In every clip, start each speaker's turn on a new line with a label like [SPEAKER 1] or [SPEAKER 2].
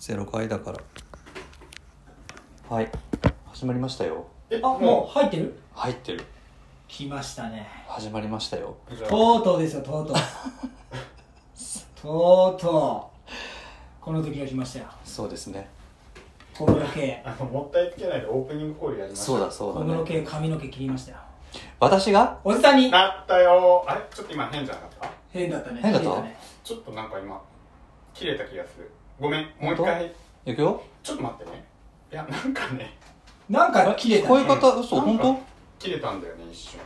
[SPEAKER 1] 0回だからはい始まりましたよ
[SPEAKER 2] え
[SPEAKER 3] あ、もう入ってる
[SPEAKER 1] 入ってる
[SPEAKER 3] 来ましたね。
[SPEAKER 1] 始まりましたよ
[SPEAKER 3] とうとうですよ、と うとう。とうとう。この時が来ましたよ。
[SPEAKER 1] そうですね
[SPEAKER 3] 小室圭。
[SPEAKER 2] あのもったいつけないでオープニングコールやりました
[SPEAKER 1] そうだそう
[SPEAKER 3] 小室
[SPEAKER 1] だね
[SPEAKER 3] 圭、髪の毛切りましたよ。
[SPEAKER 1] 私が
[SPEAKER 3] おじさんに
[SPEAKER 2] なったよーあれちょっと今変じゃなかった
[SPEAKER 3] 変だったね。
[SPEAKER 1] 変だった
[SPEAKER 3] ね。
[SPEAKER 2] ちょっとなんか今切れた気がするごめんもう
[SPEAKER 1] 本当
[SPEAKER 2] 一回
[SPEAKER 1] いくよ
[SPEAKER 2] ちょっと待ってねいやなんかね
[SPEAKER 3] なん
[SPEAKER 1] え
[SPEAKER 3] か切れ
[SPEAKER 1] 聞
[SPEAKER 3] た
[SPEAKER 1] こえ
[SPEAKER 3] ね。
[SPEAKER 1] 方嘘本
[SPEAKER 2] な
[SPEAKER 1] 当
[SPEAKER 2] ん切れたんだよね一瞬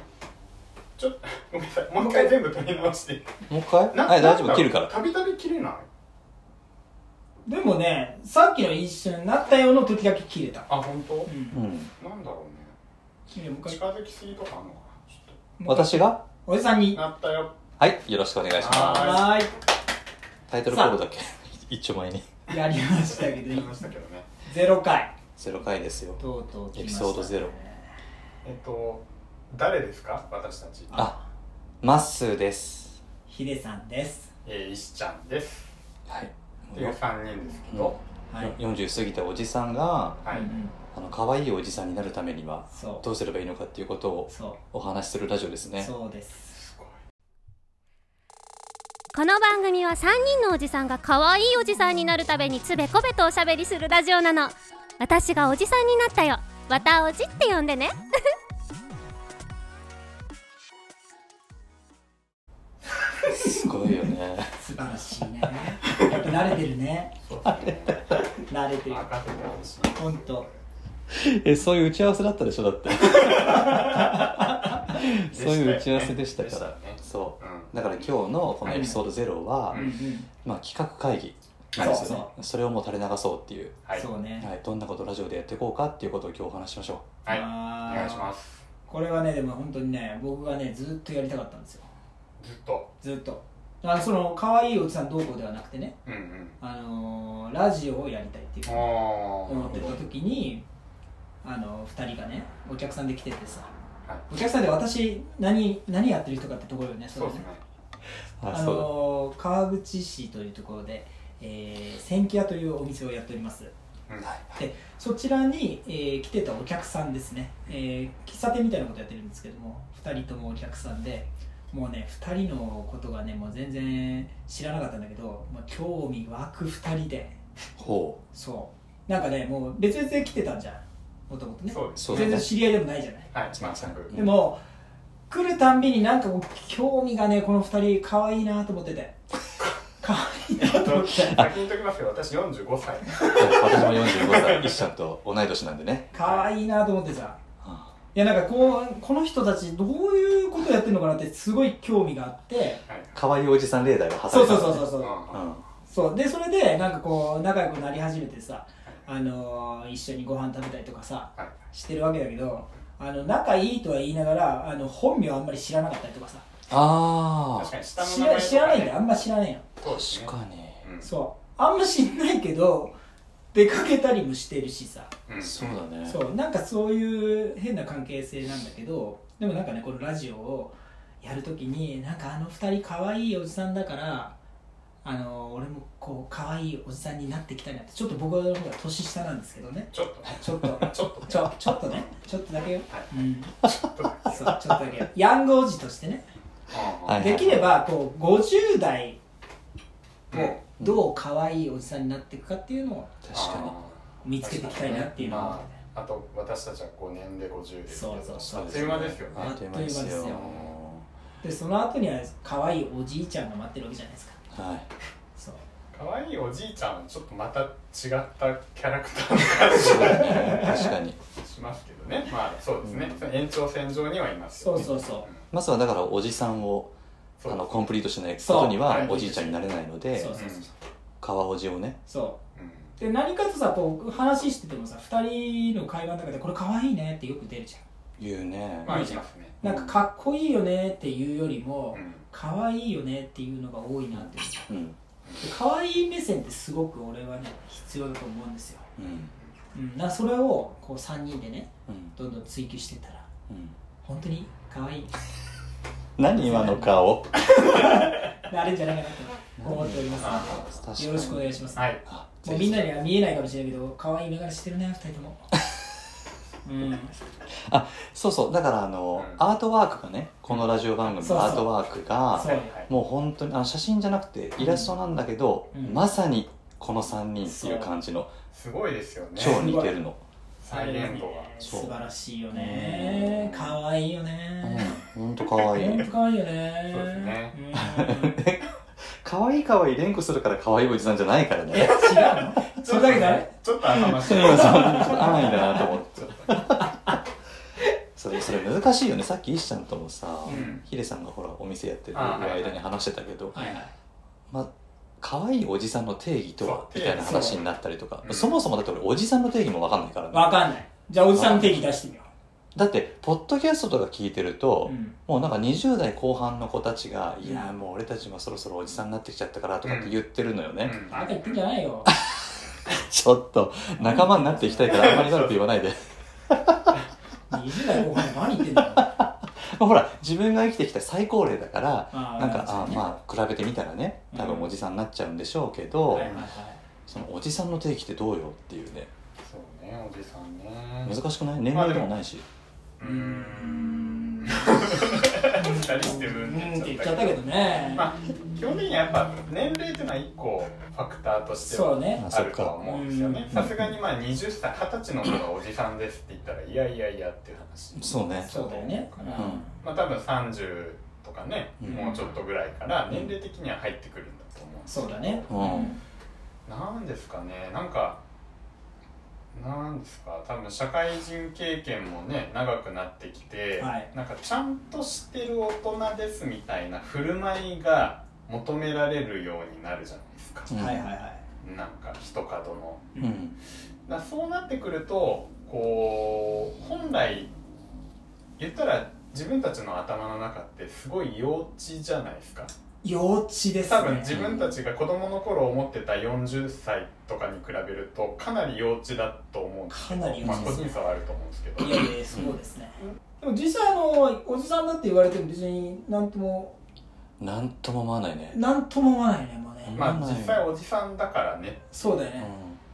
[SPEAKER 2] ちょっとごめんなさいもう一回全部取り直して
[SPEAKER 1] もう一回
[SPEAKER 2] な
[SPEAKER 1] はい大丈
[SPEAKER 2] な
[SPEAKER 1] 夫
[SPEAKER 2] ん
[SPEAKER 1] 切るから
[SPEAKER 2] たびたび切れない
[SPEAKER 3] でもね、さっきの一瞬なったよの時だけ切れた。
[SPEAKER 2] あ本当、
[SPEAKER 3] う。
[SPEAKER 1] うんん
[SPEAKER 2] なんだろ
[SPEAKER 3] 切れ、もう
[SPEAKER 2] うね
[SPEAKER 3] 一
[SPEAKER 2] 近づきすぎとかあんのかなちょっ
[SPEAKER 3] 回。
[SPEAKER 1] 私が
[SPEAKER 3] おじさん
[SPEAKER 2] と
[SPEAKER 3] に。
[SPEAKER 2] なったよ
[SPEAKER 1] はいよろしくお願いしま
[SPEAKER 2] あ
[SPEAKER 1] す
[SPEAKER 3] はー
[SPEAKER 1] タイトルコールだけ 一丁前に
[SPEAKER 3] い。やりましたけ
[SPEAKER 2] 言い
[SPEAKER 3] ど
[SPEAKER 2] ま、したけどね
[SPEAKER 3] ゼロ回。
[SPEAKER 1] 0回ですよ
[SPEAKER 3] とうとう来ました、ね。
[SPEAKER 1] エピソードゼロ
[SPEAKER 2] えっと誰ですか私たち
[SPEAKER 1] あまっすーです
[SPEAKER 3] ヒデさんです。
[SPEAKER 2] えー、石ちゃんです
[SPEAKER 1] はい
[SPEAKER 2] っていう3人ですけど、
[SPEAKER 3] はい。
[SPEAKER 1] 40過ぎたおじさんが
[SPEAKER 2] は
[SPEAKER 3] う
[SPEAKER 2] い
[SPEAKER 3] んうん
[SPEAKER 1] あの可愛いおじさんになるためには
[SPEAKER 3] そう
[SPEAKER 1] どうすればいいのかっていうことを
[SPEAKER 3] そ
[SPEAKER 1] お話しするラジオです
[SPEAKER 3] う。
[SPEAKER 1] ね
[SPEAKER 3] そうです。
[SPEAKER 2] すごい
[SPEAKER 4] この番組は3人のおじさんが可愛いおじさんになるためにつべこべとおしゃべりするラジオなの私がおじさんになったよわたおじって呼んでね
[SPEAKER 1] すごいよね
[SPEAKER 3] 素晴らしいねやっぱ慣れてるね
[SPEAKER 2] そうですね
[SPEAKER 3] 慣れてる
[SPEAKER 2] 赤くなるし
[SPEAKER 3] ほんと
[SPEAKER 1] えそういう打ち合わせだったでしょだってそういう打ち合わせでしたか
[SPEAKER 2] でした
[SPEAKER 1] ら
[SPEAKER 2] よね
[SPEAKER 1] そう
[SPEAKER 2] う
[SPEAKER 1] だから今日のこのエピソード0は、
[SPEAKER 3] うんうん
[SPEAKER 1] まあ、企画会議なんですよねそ
[SPEAKER 3] そうそ
[SPEAKER 1] れをもう垂れ流そうっていう、
[SPEAKER 2] はい
[SPEAKER 3] そうね
[SPEAKER 1] はい、どんなことラジオでやっていこうかっていうことを今日お話ししましょ
[SPEAKER 2] はい
[SPEAKER 3] あー
[SPEAKER 2] お願いします
[SPEAKER 3] これはねでも本当にね僕がねずっとやりたかったんですよ
[SPEAKER 2] ずっと
[SPEAKER 3] ずっとあのその可愛いおじさんどうこうではなくてね
[SPEAKER 2] うんうん
[SPEAKER 3] あのーラジオをやりたいっていうふうに
[SPEAKER 2] お
[SPEAKER 3] 思ってた
[SPEAKER 2] ー
[SPEAKER 3] 時にあの2人がねお客さんで来ててさ
[SPEAKER 2] はい
[SPEAKER 3] お客さんで私何何やってる人かってところよね
[SPEAKER 2] そうですね
[SPEAKER 1] うあ
[SPEAKER 3] あ
[SPEAKER 1] そうだ
[SPEAKER 3] のー川口市というところで、えー、千家屋というお店をやっております
[SPEAKER 2] うん
[SPEAKER 3] でそちらに、えー来てたお客さんですね、えー喫茶店みたいなことやってるんですけども2人ともお客さんでもうね2人のことがねもう全然知らなかったんだけどもう興味湧く2人で
[SPEAKER 1] ほ
[SPEAKER 3] そうなんかねもう別々で来てたんじゃんもともとね
[SPEAKER 2] そうです
[SPEAKER 1] そうだね
[SPEAKER 3] 全然知り合いでもないじゃない
[SPEAKER 2] はい
[SPEAKER 1] まあ全部
[SPEAKER 3] でも来るたんびになんかこう興味がねこの2人可愛いなと思ってて可愛いなと思ってて
[SPEAKER 2] 先に言っときますけど私45歳
[SPEAKER 1] うそう私も45歳一社と同い年なんでね
[SPEAKER 3] 可愛いなと思ってさ
[SPEAKER 1] あ
[SPEAKER 3] いやなんかこうこの人たちどういうことやってるのかなってすごい興味があって
[SPEAKER 2] はい
[SPEAKER 1] 可愛いおじさん例題を挟んで
[SPEAKER 3] そうそうそうそううそう
[SPEAKER 2] うん
[SPEAKER 1] ん
[SPEAKER 3] そうでそれでなんかこう仲良くなり始めてさ、あのー一緒にご飯食べたりとかさ
[SPEAKER 2] はい
[SPEAKER 3] してるわけだけどあの仲いいとは言いながらあの本名あんまり知らなかったりとかさ
[SPEAKER 1] あ
[SPEAKER 2] 確かに下の
[SPEAKER 3] 知
[SPEAKER 2] 名
[SPEAKER 3] ら
[SPEAKER 2] 前
[SPEAKER 3] 知らないんだよ
[SPEAKER 2] よ
[SPEAKER 3] あんま知らないよ
[SPEAKER 1] あ確かに、
[SPEAKER 3] そうあんま知んないけど出かけたりもしてるしさ
[SPEAKER 2] に
[SPEAKER 1] そうだね
[SPEAKER 3] そうなんかそういう変な関係性なんだけどでもなんかねこのラジオをやるときになんかあの二人可愛いおじさんだからあの俺もこう可愛いおじさんになってきたいなってちょっと僕の方が年下なんですけどね
[SPEAKER 2] ちょっとね
[SPEAKER 3] ちょっと
[SPEAKER 2] ちょっとね
[SPEAKER 3] ちょちょっとねちょっとだけよ、
[SPEAKER 2] はい
[SPEAKER 3] うん
[SPEAKER 2] ちょっとね
[SPEAKER 3] そうちょっとだけよヤングおじとしてね
[SPEAKER 1] はい
[SPEAKER 3] できればこう50代
[SPEAKER 2] うんうん
[SPEAKER 3] をどう可愛いおじさんになっていくかっていうのを
[SPEAKER 1] 確かに
[SPEAKER 3] 見つけていきたいなっていうのを思って
[SPEAKER 2] まあ、あと私たちは5年で50ですけど
[SPEAKER 3] そうそうそう
[SPEAKER 2] あっという間ですよね
[SPEAKER 1] あっという間です
[SPEAKER 3] あっという間
[SPEAKER 1] よ
[SPEAKER 3] ですよでその後には可愛いおじいちゃんが待ってるわけじゃないですか
[SPEAKER 1] はい
[SPEAKER 3] そう
[SPEAKER 2] 可愛いおじいちゃんはちょっとまた違ったキャラクターの感
[SPEAKER 1] そうだ ね確かに
[SPEAKER 2] じしますけどねまあそうですね、その延長線上にはいます
[SPEAKER 3] そ
[SPEAKER 2] よ、
[SPEAKER 3] う
[SPEAKER 2] ね、
[SPEAKER 3] そうそ
[SPEAKER 1] まずはだからおじさんを
[SPEAKER 2] そ
[SPEAKER 1] あ
[SPEAKER 2] う
[SPEAKER 1] のコンプリートしないことにはおじいちゃんになれないの
[SPEAKER 3] う
[SPEAKER 1] で
[SPEAKER 3] そう
[SPEAKER 2] う
[SPEAKER 3] そ
[SPEAKER 2] ん
[SPEAKER 3] うそう
[SPEAKER 1] 川おじをね
[SPEAKER 3] そ
[SPEAKER 2] うん
[SPEAKER 3] うで何かとさこう話しててもさ2人の会話の中で「これ可愛いね」ってよく出るじ
[SPEAKER 1] 言うね
[SPEAKER 2] まあいきますね、
[SPEAKER 3] ゃんなんか「かっこいいよね」っていうよりも
[SPEAKER 2] うん
[SPEAKER 3] 「可愛いよね」っていうのが多いなっていうで
[SPEAKER 1] うん
[SPEAKER 3] 可愛い目線ってすごく俺はね必要だと思うんですよ、
[SPEAKER 1] うん
[SPEAKER 3] うん、だからそれをこう3人でね
[SPEAKER 1] うん
[SPEAKER 3] どんどん追求してったら
[SPEAKER 1] うん
[SPEAKER 3] 本当に可愛い
[SPEAKER 1] 何今の顔
[SPEAKER 3] なれるんじゃないかなと思っております
[SPEAKER 2] あ
[SPEAKER 3] よろしくお願いします
[SPEAKER 2] はい
[SPEAKER 1] あ
[SPEAKER 3] もうみんなには見えないかもしれないけど可愛い眼鏡してるね二人ともうん
[SPEAKER 1] そうそうだからあの、
[SPEAKER 2] うん
[SPEAKER 1] アートワークがねこのラジオ番組
[SPEAKER 3] そう
[SPEAKER 1] の
[SPEAKER 3] そう
[SPEAKER 1] アートワークが
[SPEAKER 3] そうよ
[SPEAKER 1] もう本当にあの写真じゃなくてイラストなんだけど、
[SPEAKER 3] うん
[SPEAKER 1] まさにこの3人っていう感じの
[SPEAKER 2] すごいですよね
[SPEAKER 1] 超似てるの、
[SPEAKER 2] 再現度が
[SPEAKER 1] そう
[SPEAKER 3] 素晴らしいよね可愛いよね
[SPEAKER 1] うんほんとかわい
[SPEAKER 3] 本
[SPEAKER 1] い
[SPEAKER 3] 当可愛いよね
[SPEAKER 2] そうですね
[SPEAKER 3] うん
[SPEAKER 1] かわいいかわいい連呼するからかわいいおじさんじゃないから
[SPEAKER 3] え違
[SPEAKER 1] ね
[SPEAKER 3] うのそれだけだね
[SPEAKER 2] ちょっと頭し
[SPEAKER 1] そう
[SPEAKER 2] い
[SPEAKER 1] そうちょっと甘いんだなと思って
[SPEAKER 2] ちょっと
[SPEAKER 1] それそれ難しいよねさっき石ちゃんともさ、
[SPEAKER 2] うん
[SPEAKER 1] ヒデさんがほらお店やってる
[SPEAKER 2] あはいはい
[SPEAKER 1] 間に話してたけど
[SPEAKER 3] はいはい
[SPEAKER 1] まあ可愛いおじさんの定義とは
[SPEAKER 2] そ
[SPEAKER 1] み
[SPEAKER 2] う
[SPEAKER 1] たいな
[SPEAKER 2] 定義
[SPEAKER 1] 話になったりとか、
[SPEAKER 2] うん
[SPEAKER 1] そもそもだって俺おじさんの定義も分かんないからね
[SPEAKER 3] わかんないじゃあおじさんの定義出してみよ
[SPEAKER 1] だってポッドキャストとか聞いてる
[SPEAKER 3] う、
[SPEAKER 1] と、
[SPEAKER 3] うん
[SPEAKER 1] もうなんか20代後半の子たちが「いや
[SPEAKER 3] うん
[SPEAKER 1] もう俺たちもそろそろおじさんになってきちゃったから」とかって言ってるのよね、
[SPEAKER 2] うん
[SPEAKER 3] バカ言ってんじゃないよ
[SPEAKER 1] ちょっと仲間になっていきたいからあんまり悪く言わないで
[SPEAKER 3] 20代後半何言ってんだよあ
[SPEAKER 1] ほら自分が生きてきた最高齢だから
[SPEAKER 3] あ
[SPEAKER 1] なんか
[SPEAKER 3] そ
[SPEAKER 1] あ
[SPEAKER 3] うね
[SPEAKER 1] まあ比べてみたらね多分おじさんになっちゃうんでしょうけど、
[SPEAKER 3] はいはいはい
[SPEAKER 1] そのおじさんの定義ってどうよっていうね
[SPEAKER 2] そうねおじさんね
[SPEAKER 1] 難しくない年齢でもないし、
[SPEAKER 2] う
[SPEAKER 3] うー
[SPEAKER 2] ん
[SPEAKER 3] ん
[SPEAKER 2] 二人してる
[SPEAKER 3] うんんって言っちゃ
[SPEAKER 2] た
[SPEAKER 3] ったけどね
[SPEAKER 2] まあ基本的にはやっぱ年齢っていうのは一個ファクターとして
[SPEAKER 3] そ
[SPEAKER 2] は
[SPEAKER 3] うね
[SPEAKER 1] あ
[SPEAKER 2] あ
[SPEAKER 1] そっ
[SPEAKER 2] るとは
[SPEAKER 1] か
[SPEAKER 2] 思うんですよね
[SPEAKER 3] うん
[SPEAKER 2] さすがにまあ20歳二十歳の子がおじさんですって言ったらいやいやいやっていう話
[SPEAKER 1] そうね
[SPEAKER 3] そうだよね
[SPEAKER 2] うんまあ多分30とかね、
[SPEAKER 1] うん
[SPEAKER 2] もうちょっとぐらいから年齢的には入ってくるんだと思うんですけど
[SPEAKER 3] そうだね
[SPEAKER 1] うん
[SPEAKER 2] なんですかねなんかなんですか多分社会人経験もね長くなってきて、
[SPEAKER 3] はい
[SPEAKER 2] なんかちゃんとしてる大人ですみたいな振る舞いが求められるようになるじゃないですか、
[SPEAKER 1] うん
[SPEAKER 3] はいはいは
[SPEAKER 2] なんか一角の
[SPEAKER 3] い
[SPEAKER 1] うん
[SPEAKER 2] だからそうなってくるとこう本来言ったら自分たちの頭の中ってすごい幼稚じゃないですか
[SPEAKER 3] 幼稚です
[SPEAKER 2] 多分自
[SPEAKER 3] ね
[SPEAKER 2] 分たちが子供の頃思ってた40歳とかに比べるとかなり幼稚だと思うんですけど
[SPEAKER 3] かなり幼
[SPEAKER 2] まあ
[SPEAKER 3] 稚
[SPEAKER 2] 個人差はあると思うんですけど
[SPEAKER 3] いやいやそうですねでも実際あのおじさんだって言われても別になんとも
[SPEAKER 1] なんとも思わないね、
[SPEAKER 3] なんとも思わないねもうね
[SPEAKER 2] まあ実際おじさんだからね、
[SPEAKER 3] そうだよ
[SPEAKER 1] う
[SPEAKER 3] ね
[SPEAKER 1] ん、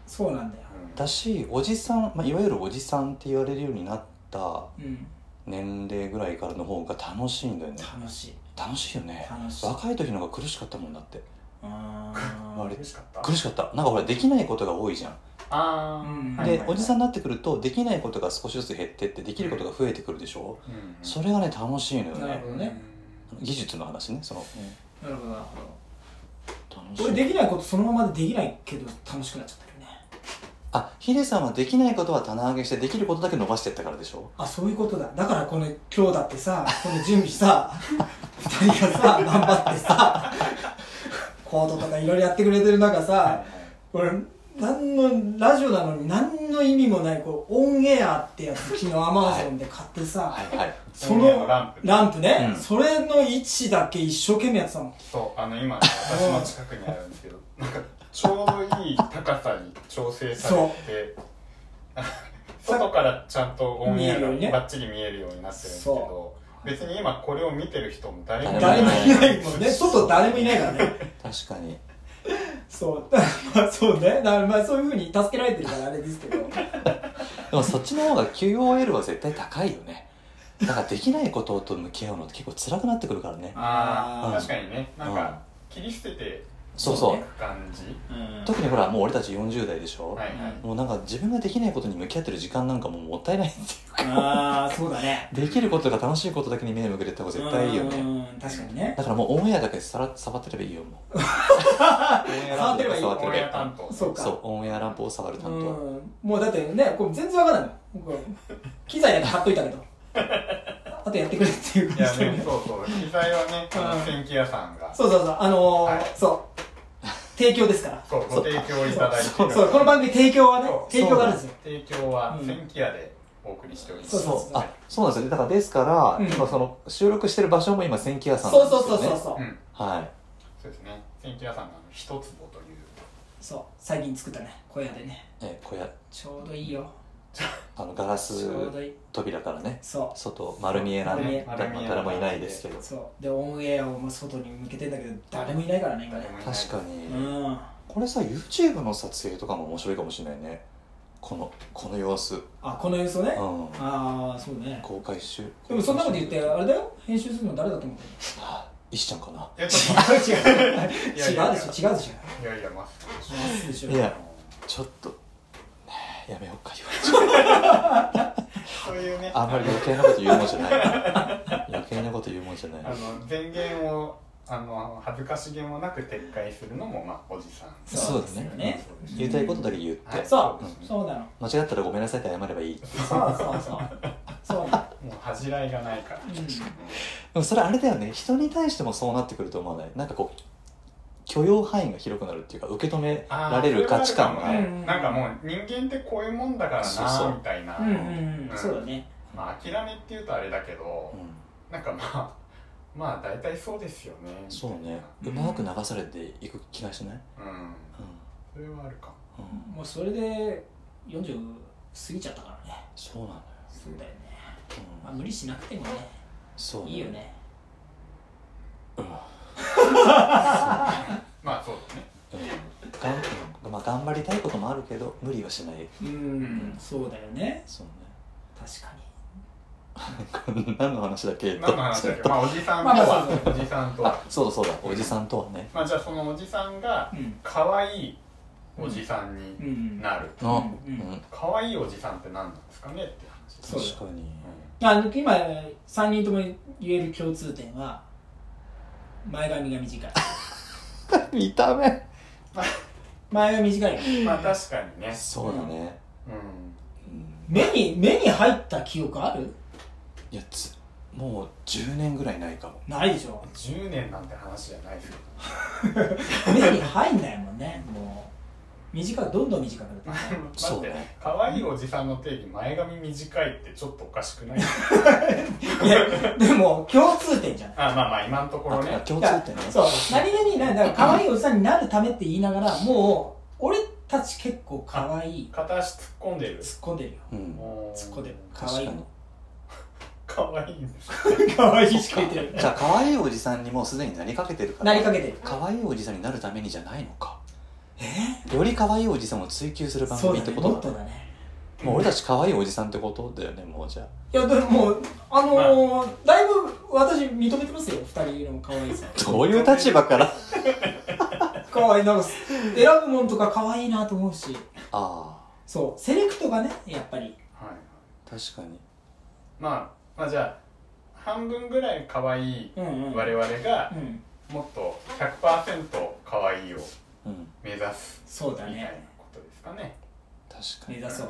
[SPEAKER 3] そうなんだよ
[SPEAKER 2] うん
[SPEAKER 1] だしおじさん、まあ、いわゆるおじさんって言われるようになった
[SPEAKER 3] うん
[SPEAKER 1] 年齢ぐらいからの方が楽しいんだよね
[SPEAKER 3] 楽しい
[SPEAKER 1] 楽しいよね
[SPEAKER 3] 楽しい
[SPEAKER 1] 若い時の方が苦しかったもんだって
[SPEAKER 3] あ
[SPEAKER 1] 割
[SPEAKER 3] ー
[SPEAKER 1] れ
[SPEAKER 2] 嬉しかった
[SPEAKER 1] 苦しかったなんかほらできないことが多いじゃん
[SPEAKER 2] あー、
[SPEAKER 3] うん
[SPEAKER 2] はいは
[SPEAKER 1] で
[SPEAKER 2] いはい
[SPEAKER 1] おじさんになってくるとできないことが少しずつ減ってってできることが増えてくるでしょ
[SPEAKER 2] うん
[SPEAKER 1] それがね楽しいのよ
[SPEAKER 3] なる
[SPEAKER 1] ね
[SPEAKER 3] ほどね
[SPEAKER 1] 技術の話ねその
[SPEAKER 3] なるほどなるほ
[SPEAKER 1] 楽
[SPEAKER 3] ど俺
[SPEAKER 1] しい
[SPEAKER 3] できないことそのままでできないけど楽しくなっちゃってるね
[SPEAKER 1] あヒデさんはできないことは棚上げしてできることだけ伸ばしてったからでしょ
[SPEAKER 3] あそういうことだだからこの今日だってさこの準備さ二人がさ頑張ってさコードとかいろいろやってくれてる中
[SPEAKER 2] はい
[SPEAKER 3] さ
[SPEAKER 2] はい
[SPEAKER 3] 俺何のラジオなのに何の意味もないこうオンエアってやつ昨日アマゾンで買ってさ、
[SPEAKER 1] はいはい
[SPEAKER 3] そ
[SPEAKER 2] オンエア
[SPEAKER 3] の
[SPEAKER 2] のランプ
[SPEAKER 3] ランプね、
[SPEAKER 1] うん
[SPEAKER 3] それの位置だけ一生懸命やってたもん
[SPEAKER 2] そうあの今ね私の近くにあるんですけどなんかちょうどいい高さに調整されて 外からちゃんとオンエア
[SPEAKER 3] 見えるようにね
[SPEAKER 2] がバッチリ見えるようになってるんですけど
[SPEAKER 3] そ
[SPEAKER 2] 別に今これを見てる人も誰も
[SPEAKER 3] 誰もいないもんね外誰もいないからね
[SPEAKER 1] 確かに
[SPEAKER 3] そう まあそうねだからまあそういうふうに助けられてるからあれですけど
[SPEAKER 1] でもそっちの方が QOL は絶対高いよねだからできないことと向き合うのって結構辛くなってくるからね
[SPEAKER 2] あ
[SPEAKER 3] うん
[SPEAKER 2] あ確かにねなんか切り捨てて
[SPEAKER 1] そうそう、
[SPEAKER 3] そうね
[SPEAKER 2] 感じ
[SPEAKER 3] うん
[SPEAKER 1] 特にほらもう俺たち40代でしょ、
[SPEAKER 2] はいはい
[SPEAKER 3] うん
[SPEAKER 1] もうなんか自分ができないことに向き合ってる時間なんかもうもったいないっていうか
[SPEAKER 3] ああそうだね
[SPEAKER 1] できることが楽しいことだけに目を向けてった方が絶対いいよね
[SPEAKER 3] うん確かにね
[SPEAKER 1] だからもうオンエアだけさら触ってればいいよもう
[SPEAKER 3] 触ってればいい
[SPEAKER 1] 触って
[SPEAKER 2] オ
[SPEAKER 1] ればい
[SPEAKER 2] ンエ
[SPEAKER 1] い
[SPEAKER 2] ア担当
[SPEAKER 3] そうか
[SPEAKER 1] そうオンエアランプを触る担当
[SPEAKER 3] うんもうだってねこれ全然わからないのこう機材だけ買っといたけど あとやってくれっていう
[SPEAKER 2] いや
[SPEAKER 3] 感じで、
[SPEAKER 2] ねそうそう機材はねあの電気屋さんが
[SPEAKER 3] そうそうそうあのー
[SPEAKER 2] はい
[SPEAKER 3] そう提供ですから
[SPEAKER 2] そうご提供いただいて
[SPEAKER 3] そうそうこの番組提供はね提供があるんですよ
[SPEAKER 2] 提供は
[SPEAKER 3] うん
[SPEAKER 2] 千キアでお送りしております、
[SPEAKER 3] そうそう
[SPEAKER 1] あそうなんですよねだからですから、
[SPEAKER 3] うん
[SPEAKER 1] 今その収録してる場所も今千木屋さんなん
[SPEAKER 3] そう
[SPEAKER 1] ですよ
[SPEAKER 3] そ
[SPEAKER 1] ね
[SPEAKER 3] うそうそうそう、
[SPEAKER 2] うん、
[SPEAKER 1] はい
[SPEAKER 2] そうですね千キアさんがあの一坪という
[SPEAKER 3] そう最近作ったね小屋でね
[SPEAKER 1] え小屋
[SPEAKER 3] ちょうどいいよ
[SPEAKER 1] あのガラ
[SPEAKER 3] ち
[SPEAKER 1] ス
[SPEAKER 3] ょうどいい
[SPEAKER 1] 扉からね
[SPEAKER 3] そ
[SPEAKER 1] 外丸見えなん
[SPEAKER 3] 丸見
[SPEAKER 1] で
[SPEAKER 3] え
[SPEAKER 1] 誰も誰もいないですけど
[SPEAKER 3] うそうでオンエアをまあ外に向けてんだけど誰もいないからね今ね
[SPEAKER 2] 誰もいない
[SPEAKER 1] 確かに、
[SPEAKER 3] うん
[SPEAKER 1] ここれさ YouTube の撮影とかも面白いかもしれないねこのこの様子、うん、
[SPEAKER 3] あこの演奏ねああそうね
[SPEAKER 1] 公開集
[SPEAKER 3] でもそんなこと言ってあれだよ編集するの誰だと思って
[SPEAKER 1] はあ石ちゃんかない
[SPEAKER 2] やちょっと
[SPEAKER 3] 違う違 う
[SPEAKER 2] いやいや
[SPEAKER 3] 違うでしょ違うでし
[SPEAKER 2] い
[SPEAKER 3] ょ
[SPEAKER 2] やいやまあ
[SPEAKER 3] 違うでしょ
[SPEAKER 1] いやちょっとねえやめようか言われちゃう
[SPEAKER 2] そういうね
[SPEAKER 1] あんまり余計なこと言うもんじゃない余計なこと言うもんじゃない
[SPEAKER 2] あの前言をあの恥ずかしげもなく撤回するのもまあおじさん
[SPEAKER 1] そうです
[SPEAKER 3] よ
[SPEAKER 1] ね
[SPEAKER 3] ね
[SPEAKER 1] 言いたいことだけ言って、
[SPEAKER 2] はい
[SPEAKER 3] そう
[SPEAKER 2] うん
[SPEAKER 3] そうなの
[SPEAKER 1] 間違ったらごめんなさいって謝ればいいで
[SPEAKER 3] そうそうそうそうなの
[SPEAKER 2] もう恥じらいがないから
[SPEAKER 3] う
[SPEAKER 1] もそれあれだよね人に対してもそうなってくると思わないなんかこう許容範囲が広くなるっていうか受け止め
[SPEAKER 2] あー
[SPEAKER 1] られる価値観が
[SPEAKER 2] それはあるかも
[SPEAKER 3] うん
[SPEAKER 2] ねなんかもう人間ってこういうもんだから
[SPEAKER 1] そうそう
[SPEAKER 2] なみたいな、
[SPEAKER 3] んうんうんそうだね
[SPEAKER 2] まあ諦めっていうとあれだけど、
[SPEAKER 1] う
[SPEAKER 2] なんかまあまあ大体そうですよね
[SPEAKER 1] ん、そうね
[SPEAKER 3] う
[SPEAKER 1] うんまく流されていく気がしない、
[SPEAKER 2] うん
[SPEAKER 1] う
[SPEAKER 2] それはあるかも
[SPEAKER 1] んうん、
[SPEAKER 3] もうそれで40過ぎちゃったからね
[SPEAKER 1] そうなんだよ、
[SPEAKER 3] そうだよね
[SPEAKER 1] うん
[SPEAKER 3] まあ無理しなくてもね
[SPEAKER 1] そうね
[SPEAKER 3] いいよね
[SPEAKER 1] うん
[SPEAKER 2] まあそうだね
[SPEAKER 1] うんがんうんまあ、頑張りたいこともあるけど無理はしない
[SPEAKER 3] うんそうだよね
[SPEAKER 1] そうね
[SPEAKER 3] 確かに
[SPEAKER 1] 何の話だっけ
[SPEAKER 2] 何の話だっけまあおじさんと
[SPEAKER 3] まあまあそ
[SPEAKER 2] は
[SPEAKER 3] う
[SPEAKER 2] おじさんとは
[SPEAKER 1] あそうだそうだおじさんとはね
[SPEAKER 2] まあじゃあそのおじさんが
[SPEAKER 3] うん
[SPEAKER 2] 可愛いおじさんに
[SPEAKER 3] うん
[SPEAKER 2] なる
[SPEAKER 1] あ
[SPEAKER 3] うん
[SPEAKER 1] うん
[SPEAKER 2] 可愛いおじさんって何なんですかねって話
[SPEAKER 3] そうだ
[SPEAKER 1] 確かに
[SPEAKER 3] あの今3人とも言える共通点は前髪が短い
[SPEAKER 1] 見た目
[SPEAKER 3] 前髪短いよ
[SPEAKER 2] うんまあ確かにね
[SPEAKER 1] そうだね、
[SPEAKER 2] うん
[SPEAKER 1] うん
[SPEAKER 3] 目に目に入った記憶ある
[SPEAKER 1] いやつもう10年ぐらいないかも
[SPEAKER 3] ないでしょ
[SPEAKER 2] 10年なんて話じゃないですよ
[SPEAKER 3] 目に入んないもんねもう短くどんどん短くなって
[SPEAKER 1] そう
[SPEAKER 2] だっ
[SPEAKER 1] ね
[SPEAKER 2] て可愛いおじさんの定義前髪短いってちょっとおかし くな い
[SPEAKER 3] いやでも共通点じゃない
[SPEAKER 2] あまあまあ今のところ
[SPEAKER 1] あ
[SPEAKER 2] ね
[SPEAKER 1] 共通点ね
[SPEAKER 3] そう何々ななんか可愛いおじさんになるためって言いながらもう俺たち結構可愛い
[SPEAKER 2] 片足突っ込んでる
[SPEAKER 3] 突っ込んでるよ
[SPEAKER 1] うん
[SPEAKER 3] 突っ込んでる可
[SPEAKER 1] 確か
[SPEAKER 3] 愛い
[SPEAKER 1] に
[SPEAKER 2] 可愛いんです
[SPEAKER 3] 可愛いしか言ってる
[SPEAKER 1] じゃあ可愛いおじさんにもうすでになりかけてるから
[SPEAKER 3] なりかけてる
[SPEAKER 1] 可愛いおじさんになるためにじゃないのかえより可愛いおじさんを追求する番
[SPEAKER 3] そう
[SPEAKER 1] 組っ
[SPEAKER 3] だ
[SPEAKER 1] て
[SPEAKER 3] ね
[SPEAKER 1] こ
[SPEAKER 3] もっ
[SPEAKER 1] と
[SPEAKER 3] と
[SPEAKER 1] だね
[SPEAKER 3] だね
[SPEAKER 1] もう俺たち可愛いおじさんってことだよねもうじゃ
[SPEAKER 3] いやでもあのーだいぶ私認めてますよ二人の可愛さ
[SPEAKER 1] あどういう立場から
[SPEAKER 3] 可愛いなんか選ぶもんとか可愛いなと思うし
[SPEAKER 1] あ
[SPEAKER 3] そうセレクトがねやっぱり
[SPEAKER 2] はい
[SPEAKER 1] あ確かに
[SPEAKER 2] まあまあじゃあ半分ぐらい可愛い
[SPEAKER 3] うんうん
[SPEAKER 2] 我々が
[SPEAKER 3] うん
[SPEAKER 2] もっと100%可愛いを
[SPEAKER 1] うん
[SPEAKER 2] 目指す
[SPEAKER 3] そう
[SPEAKER 2] み
[SPEAKER 3] だ
[SPEAKER 2] たいな
[SPEAKER 3] ね
[SPEAKER 2] ことですかね
[SPEAKER 1] 確か
[SPEAKER 3] 目
[SPEAKER 1] に
[SPEAKER 3] 指そう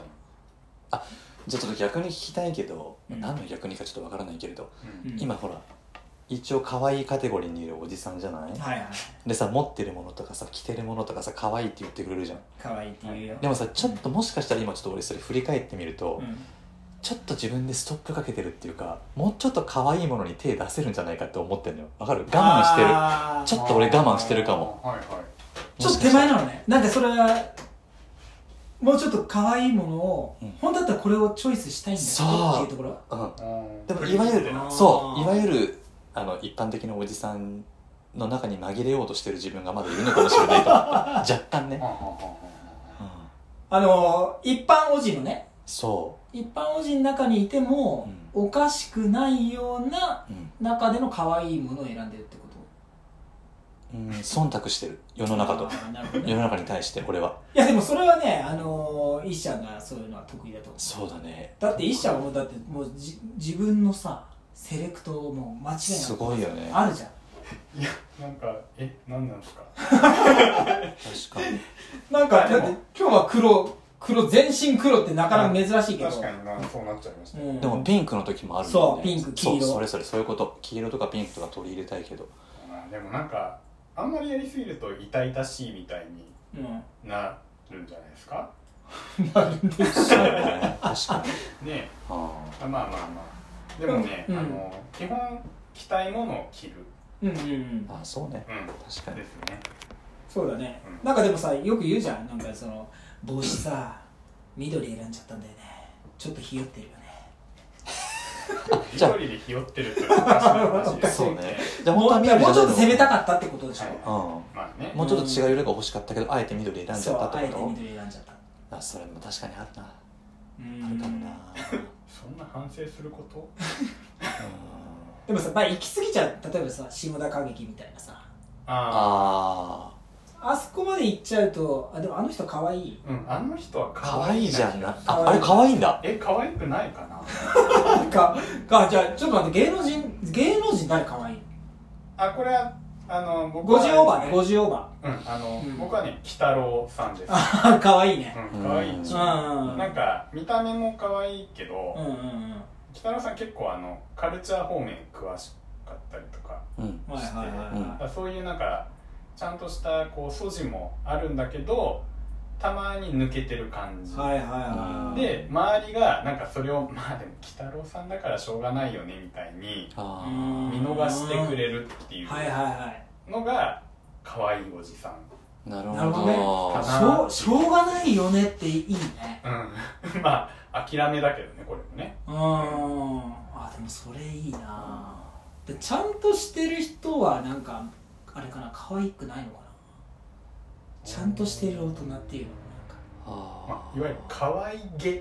[SPEAKER 1] じゃあちょっと逆に聞きたいけど、
[SPEAKER 3] うん
[SPEAKER 1] 何の逆にかちょっとわからないけれど、
[SPEAKER 2] うん
[SPEAKER 3] うん
[SPEAKER 1] 今ほら一応可愛いカテゴリーにいるおじさんじゃない、
[SPEAKER 3] はいはい
[SPEAKER 1] でさ持ってるものとかさ着てるものとかさ可愛いって言ってくれるじゃん
[SPEAKER 3] 可愛いって言うよ
[SPEAKER 1] でもさちょっともしかしたら今ちょっと俺それ振り返ってみると、
[SPEAKER 3] うん
[SPEAKER 1] ちょっと自分でストップかけてるっていうかもうちょっと可愛いものに手出せるんじゃないかって思ってるのよわかる我慢してる
[SPEAKER 3] あー
[SPEAKER 1] ちょっと俺我慢してるかも
[SPEAKER 2] はいはい
[SPEAKER 3] ちょっと手前
[SPEAKER 1] の
[SPEAKER 3] なのねなんかそれはもうちょっと可愛いものを、
[SPEAKER 1] うん
[SPEAKER 3] 本当だったらこれをチョイスしたいんだよっていうところ
[SPEAKER 1] うん
[SPEAKER 2] うん
[SPEAKER 1] でもいわゆる
[SPEAKER 3] あー
[SPEAKER 1] そういわゆるあの一般的なおじさんの中に紛れようとしてる自分がまだいるのかもしれないと思った若干ね、
[SPEAKER 2] はんはんはんはん
[SPEAKER 1] う
[SPEAKER 2] はん
[SPEAKER 1] ん、
[SPEAKER 3] あのー一般おじのね
[SPEAKER 1] そ
[SPEAKER 3] 一般おじの中にいても、おかしくないような
[SPEAKER 1] う、うん
[SPEAKER 3] 中での可愛いものを選んでるってこと
[SPEAKER 1] うん、忖度してる世の中と
[SPEAKER 3] あーなるほど
[SPEAKER 1] 世
[SPEAKER 3] ね
[SPEAKER 1] の中に対して俺はい
[SPEAKER 3] やでもそれはねあのー、イシャンがそういうのは得意だと思う
[SPEAKER 1] そうだね
[SPEAKER 3] だってイシャンはもうだってもうじ自分のさセレクトをもう間違いなく
[SPEAKER 1] すごいよね
[SPEAKER 3] あるじゃん
[SPEAKER 2] いやなんかえ何なんですか
[SPEAKER 1] 確かに
[SPEAKER 3] なんか、だって今日は黒、黒、全身黒ってなかなか珍しいけど。
[SPEAKER 2] 確かになそうなっちゃいました
[SPEAKER 3] うん、
[SPEAKER 1] でもピンクの時もある
[SPEAKER 3] そうピンク黄色
[SPEAKER 1] そうそれそれそういうこと黄色とかピンクとか取り入れたいけど
[SPEAKER 2] まあでもなんかあんまりやりすぎると痛々しいみたいに
[SPEAKER 3] う
[SPEAKER 2] なるんじゃないですか
[SPEAKER 3] ん。なるんで
[SPEAKER 1] そうだね確かに
[SPEAKER 2] ね
[SPEAKER 1] あ
[SPEAKER 2] あまあまあまあでもね、
[SPEAKER 3] うん
[SPEAKER 2] あの基本着たいものを着る、
[SPEAKER 3] うんうんうん
[SPEAKER 1] ー。あそうね
[SPEAKER 2] う
[SPEAKER 1] 確か
[SPEAKER 2] ん、
[SPEAKER 1] に
[SPEAKER 2] ですね
[SPEAKER 3] そうだね。
[SPEAKER 2] うん
[SPEAKER 3] なんかでもさ、よく言うじゃん。なんかその、帽子さ、緑選んじゃったんだよね。ちょっとひよってるよね。
[SPEAKER 1] じゃあ
[SPEAKER 2] 一人でひよってるっていうのはおかしな話です
[SPEAKER 1] そ
[SPEAKER 2] よ
[SPEAKER 1] うね
[SPEAKER 2] ね。
[SPEAKER 1] じゃあ
[SPEAKER 3] も
[SPEAKER 1] 本
[SPEAKER 3] う
[SPEAKER 1] 当は緑
[SPEAKER 3] もうちょっと
[SPEAKER 1] じゃ
[SPEAKER 3] 攻めた
[SPEAKER 1] ない
[SPEAKER 3] かったってことでしょ、
[SPEAKER 2] はい
[SPEAKER 1] の
[SPEAKER 2] まあね
[SPEAKER 1] うん、もうちょっと違う色が欲しかったけどあえて緑選んじ
[SPEAKER 3] そ
[SPEAKER 1] ゃ
[SPEAKER 3] う
[SPEAKER 1] ったっ
[SPEAKER 3] あえ
[SPEAKER 1] て
[SPEAKER 3] て
[SPEAKER 1] こ
[SPEAKER 3] 緑選んじゃった
[SPEAKER 1] とあそれも確かにあるなあ
[SPEAKER 3] うん
[SPEAKER 1] るかもな
[SPEAKER 2] そんな反省すること
[SPEAKER 3] でもさ、まあ、行き過ぎちゃう例えばさ下田歌劇みたいなさ
[SPEAKER 2] あ
[SPEAKER 1] あ
[SPEAKER 3] あそこまで行っちゃうとあでもあの人可愛い
[SPEAKER 2] あ、うん、あの人は
[SPEAKER 1] あ可愛いじゃんな
[SPEAKER 3] 可愛い
[SPEAKER 1] ああれ可愛いんだ
[SPEAKER 2] え、可愛くないかな
[SPEAKER 3] なんかかじゃあちょっと待って芸能人芸能人誰可愛い
[SPEAKER 2] あ、これは、あの、僕は、
[SPEAKER 3] 50オーバーね50オーバ
[SPEAKER 2] うん、あの、
[SPEAKER 3] うん
[SPEAKER 2] 僕はね、鬼太郎さんです。
[SPEAKER 3] ーああ 可愛いね
[SPEAKER 2] うん、可愛い
[SPEAKER 1] うん
[SPEAKER 3] うん
[SPEAKER 2] なんか、見た目も可愛いけど、
[SPEAKER 3] うんうんうん
[SPEAKER 2] 鬼太郎さん結構あの、カルチャー方面詳しかったりとか、
[SPEAKER 1] うん
[SPEAKER 3] はいはいはい
[SPEAKER 2] だ
[SPEAKER 3] は
[SPEAKER 2] からそういうなんか、ちゃんとした、こう、素地もあるんだけど、たまに抜けてる感じ。
[SPEAKER 3] いはいはいはい
[SPEAKER 2] で、周りが、なんかそれを、まあでも、鬼太郎さんだからしょうがないよね、みたいに、
[SPEAKER 1] あー
[SPEAKER 3] 見
[SPEAKER 2] 見逃してくれるっていう
[SPEAKER 3] はいはいはい
[SPEAKER 2] のが、可愛いおじさん。
[SPEAKER 1] なる
[SPEAKER 3] なる
[SPEAKER 1] ほ
[SPEAKER 3] ほ
[SPEAKER 1] ど
[SPEAKER 2] どね
[SPEAKER 3] しょうしょうがないよねっていいね
[SPEAKER 2] うん まあ諦めだけどねこれもね
[SPEAKER 3] うんあでもそれいいなでちゃんとしてる人はなんかあれかな可愛くないのかなちゃんとしてる大人っていう
[SPEAKER 2] ま
[SPEAKER 3] の
[SPEAKER 1] あ
[SPEAKER 2] あ、いわゆる可愛げ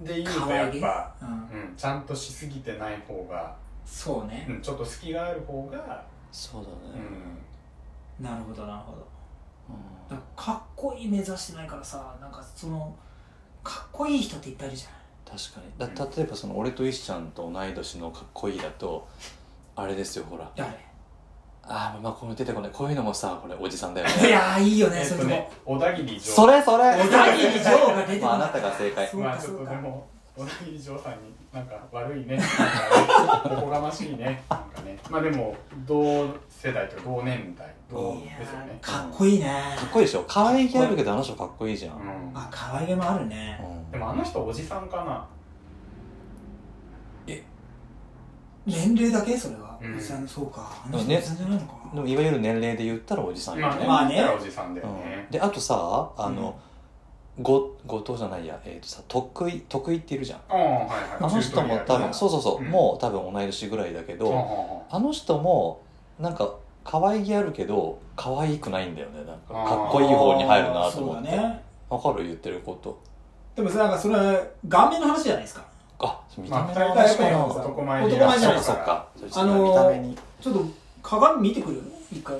[SPEAKER 2] で言う
[SPEAKER 3] なんか
[SPEAKER 2] と
[SPEAKER 3] 可
[SPEAKER 2] やっ
[SPEAKER 3] 愛げ
[SPEAKER 2] ぱ、
[SPEAKER 3] うん、
[SPEAKER 2] うん、ちゃんとしすぎてない方が、
[SPEAKER 3] そうね
[SPEAKER 2] う、ん、ちょっと隙がある方が、
[SPEAKER 1] そうだ
[SPEAKER 2] う
[SPEAKER 1] ね
[SPEAKER 2] ん、
[SPEAKER 3] なるほどなるほど
[SPEAKER 1] うん
[SPEAKER 3] だからかっこいい目指してないからさなんかそのかっこいい人って言ったりじゃない
[SPEAKER 1] 確かにだ例えばその俺と石ちゃんと同い年のかっこいいだとあれですよほら
[SPEAKER 3] 誰
[SPEAKER 1] あーまあこの出てこないこういうのもさこれおじさんだよ
[SPEAKER 3] い
[SPEAKER 1] ね
[SPEAKER 3] やーいいよね、
[SPEAKER 2] えっ
[SPEAKER 3] そう
[SPEAKER 2] と
[SPEAKER 3] いうと
[SPEAKER 2] ね
[SPEAKER 3] こ
[SPEAKER 2] 小田切城
[SPEAKER 1] それそれ
[SPEAKER 3] 小田切ジョーが出てこ
[SPEAKER 1] まあ
[SPEAKER 3] い
[SPEAKER 1] あなたが正解
[SPEAKER 3] そう
[SPEAKER 2] ま
[SPEAKER 3] か
[SPEAKER 2] あち
[SPEAKER 3] そ
[SPEAKER 2] ょっ
[SPEAKER 3] う
[SPEAKER 2] と
[SPEAKER 3] か
[SPEAKER 2] でも小田切城さんになんか悪 いねなんかおこがましいねなんかねまあでも同世代というか同年代同
[SPEAKER 3] いや
[SPEAKER 2] ですよ
[SPEAKER 3] ー
[SPEAKER 2] ね、
[SPEAKER 3] かっこいいね
[SPEAKER 1] かっこいいでしょ可愛い系あるけどあの人かっこいいじゃん、
[SPEAKER 2] うん、
[SPEAKER 3] あ可愛げもあるね
[SPEAKER 1] うん
[SPEAKER 2] でもあの人おじさんかな
[SPEAKER 3] 年齢だけそれは、
[SPEAKER 2] うん
[SPEAKER 3] おじさんそうかあ
[SPEAKER 1] でも
[SPEAKER 3] の人
[SPEAKER 1] ね
[SPEAKER 3] おじさんじゃないのか
[SPEAKER 1] でもいわゆる年齢で言ったらおじさんよ
[SPEAKER 2] まあ
[SPEAKER 1] ね、
[SPEAKER 2] ね,、
[SPEAKER 3] まあね
[SPEAKER 2] 見たらおじさんだよね
[SPEAKER 1] うん、、であとさあの、ご後藤じゃないや、えー、とさ徳井徳井っているじゃん
[SPEAKER 2] ああはいはい
[SPEAKER 1] あの人も多分そうそうそう、
[SPEAKER 2] うん
[SPEAKER 1] もう多分同い年ぐらいだけど、
[SPEAKER 2] あ
[SPEAKER 1] あの人もなんか可愛げあるけど可愛くないんだよねなんか
[SPEAKER 2] あー
[SPEAKER 1] かっこいい方に入るなと思って
[SPEAKER 3] そうだね
[SPEAKER 1] わかる言ってること
[SPEAKER 3] でもさなんかそれは顔面の話じゃないですか
[SPEAKER 1] あ見
[SPEAKER 2] ま
[SPEAKER 1] た
[SPEAKER 2] あ、
[SPEAKER 1] 目
[SPEAKER 2] 二
[SPEAKER 1] の
[SPEAKER 2] 人
[SPEAKER 1] 話かな、
[SPEAKER 2] 確かに男前
[SPEAKER 3] 男前じゃない
[SPEAKER 1] そ
[SPEAKER 3] で
[SPEAKER 1] っ
[SPEAKER 3] す
[SPEAKER 1] かそっかそっ
[SPEAKER 3] あのー
[SPEAKER 1] 見た目に
[SPEAKER 3] ちょっと鏡見てくる 一回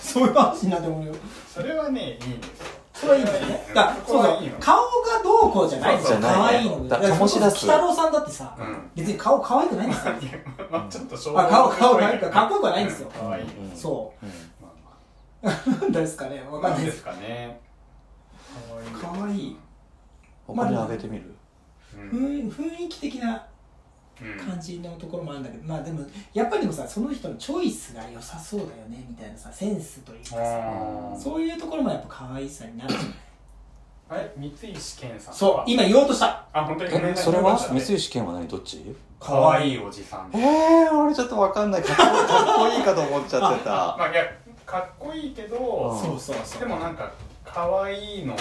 [SPEAKER 3] そういう話になってもらうよ
[SPEAKER 2] それはね、いいんですよ。
[SPEAKER 3] それはいいんだよねだから
[SPEAKER 2] そこ
[SPEAKER 3] そう
[SPEAKER 2] は
[SPEAKER 3] そ
[SPEAKER 2] いういの。
[SPEAKER 3] 顔がどうこうじゃないんです
[SPEAKER 1] そ
[SPEAKER 3] よ
[SPEAKER 1] うじゃ
[SPEAKER 3] 可
[SPEAKER 1] ない
[SPEAKER 3] 愛いの
[SPEAKER 1] だから
[SPEAKER 3] それこ
[SPEAKER 1] 醸し出
[SPEAKER 3] そ
[SPEAKER 1] す
[SPEAKER 3] 北郎さんだってさ
[SPEAKER 2] うん
[SPEAKER 3] 別に顔可愛くないんですよ
[SPEAKER 2] いやまあ、ちょっと衝
[SPEAKER 3] あ顔顔なんかかっこよくはないんですよ
[SPEAKER 2] 可愛い。
[SPEAKER 1] うん
[SPEAKER 3] そ
[SPEAKER 1] うん
[SPEAKER 2] まあま
[SPEAKER 3] う ですかね
[SPEAKER 2] あ
[SPEAKER 3] わかんない
[SPEAKER 2] 何
[SPEAKER 3] で
[SPEAKER 2] ですすかね。
[SPEAKER 3] 可愛い
[SPEAKER 1] 他にあげてみる、
[SPEAKER 2] うん。
[SPEAKER 3] 雰雰囲気的な
[SPEAKER 2] うん
[SPEAKER 3] 感じのところもあるんだけどまあでもやっぱりでもさその人のチョイスが良さそうだよねみたいなさセンスというかさ
[SPEAKER 2] あー
[SPEAKER 3] そういうところもやっぱ可愛さになるじゃない
[SPEAKER 2] あれ、三石健さん。
[SPEAKER 3] そう今言おうとした
[SPEAKER 2] あ、本当にごめん
[SPEAKER 1] え
[SPEAKER 2] なさい
[SPEAKER 1] それは
[SPEAKER 2] ごめん
[SPEAKER 1] 三
[SPEAKER 2] なさい
[SPEAKER 1] 井試験は何どっち
[SPEAKER 2] 可愛いおじさん
[SPEAKER 1] え。えー、俺ちょっとわかんないかっこかっこいいかと思っちゃってた
[SPEAKER 2] まあ、いや、かっこいいけ
[SPEAKER 1] うん
[SPEAKER 2] ど、
[SPEAKER 3] そうそうそう
[SPEAKER 2] でもなんか、可愛いの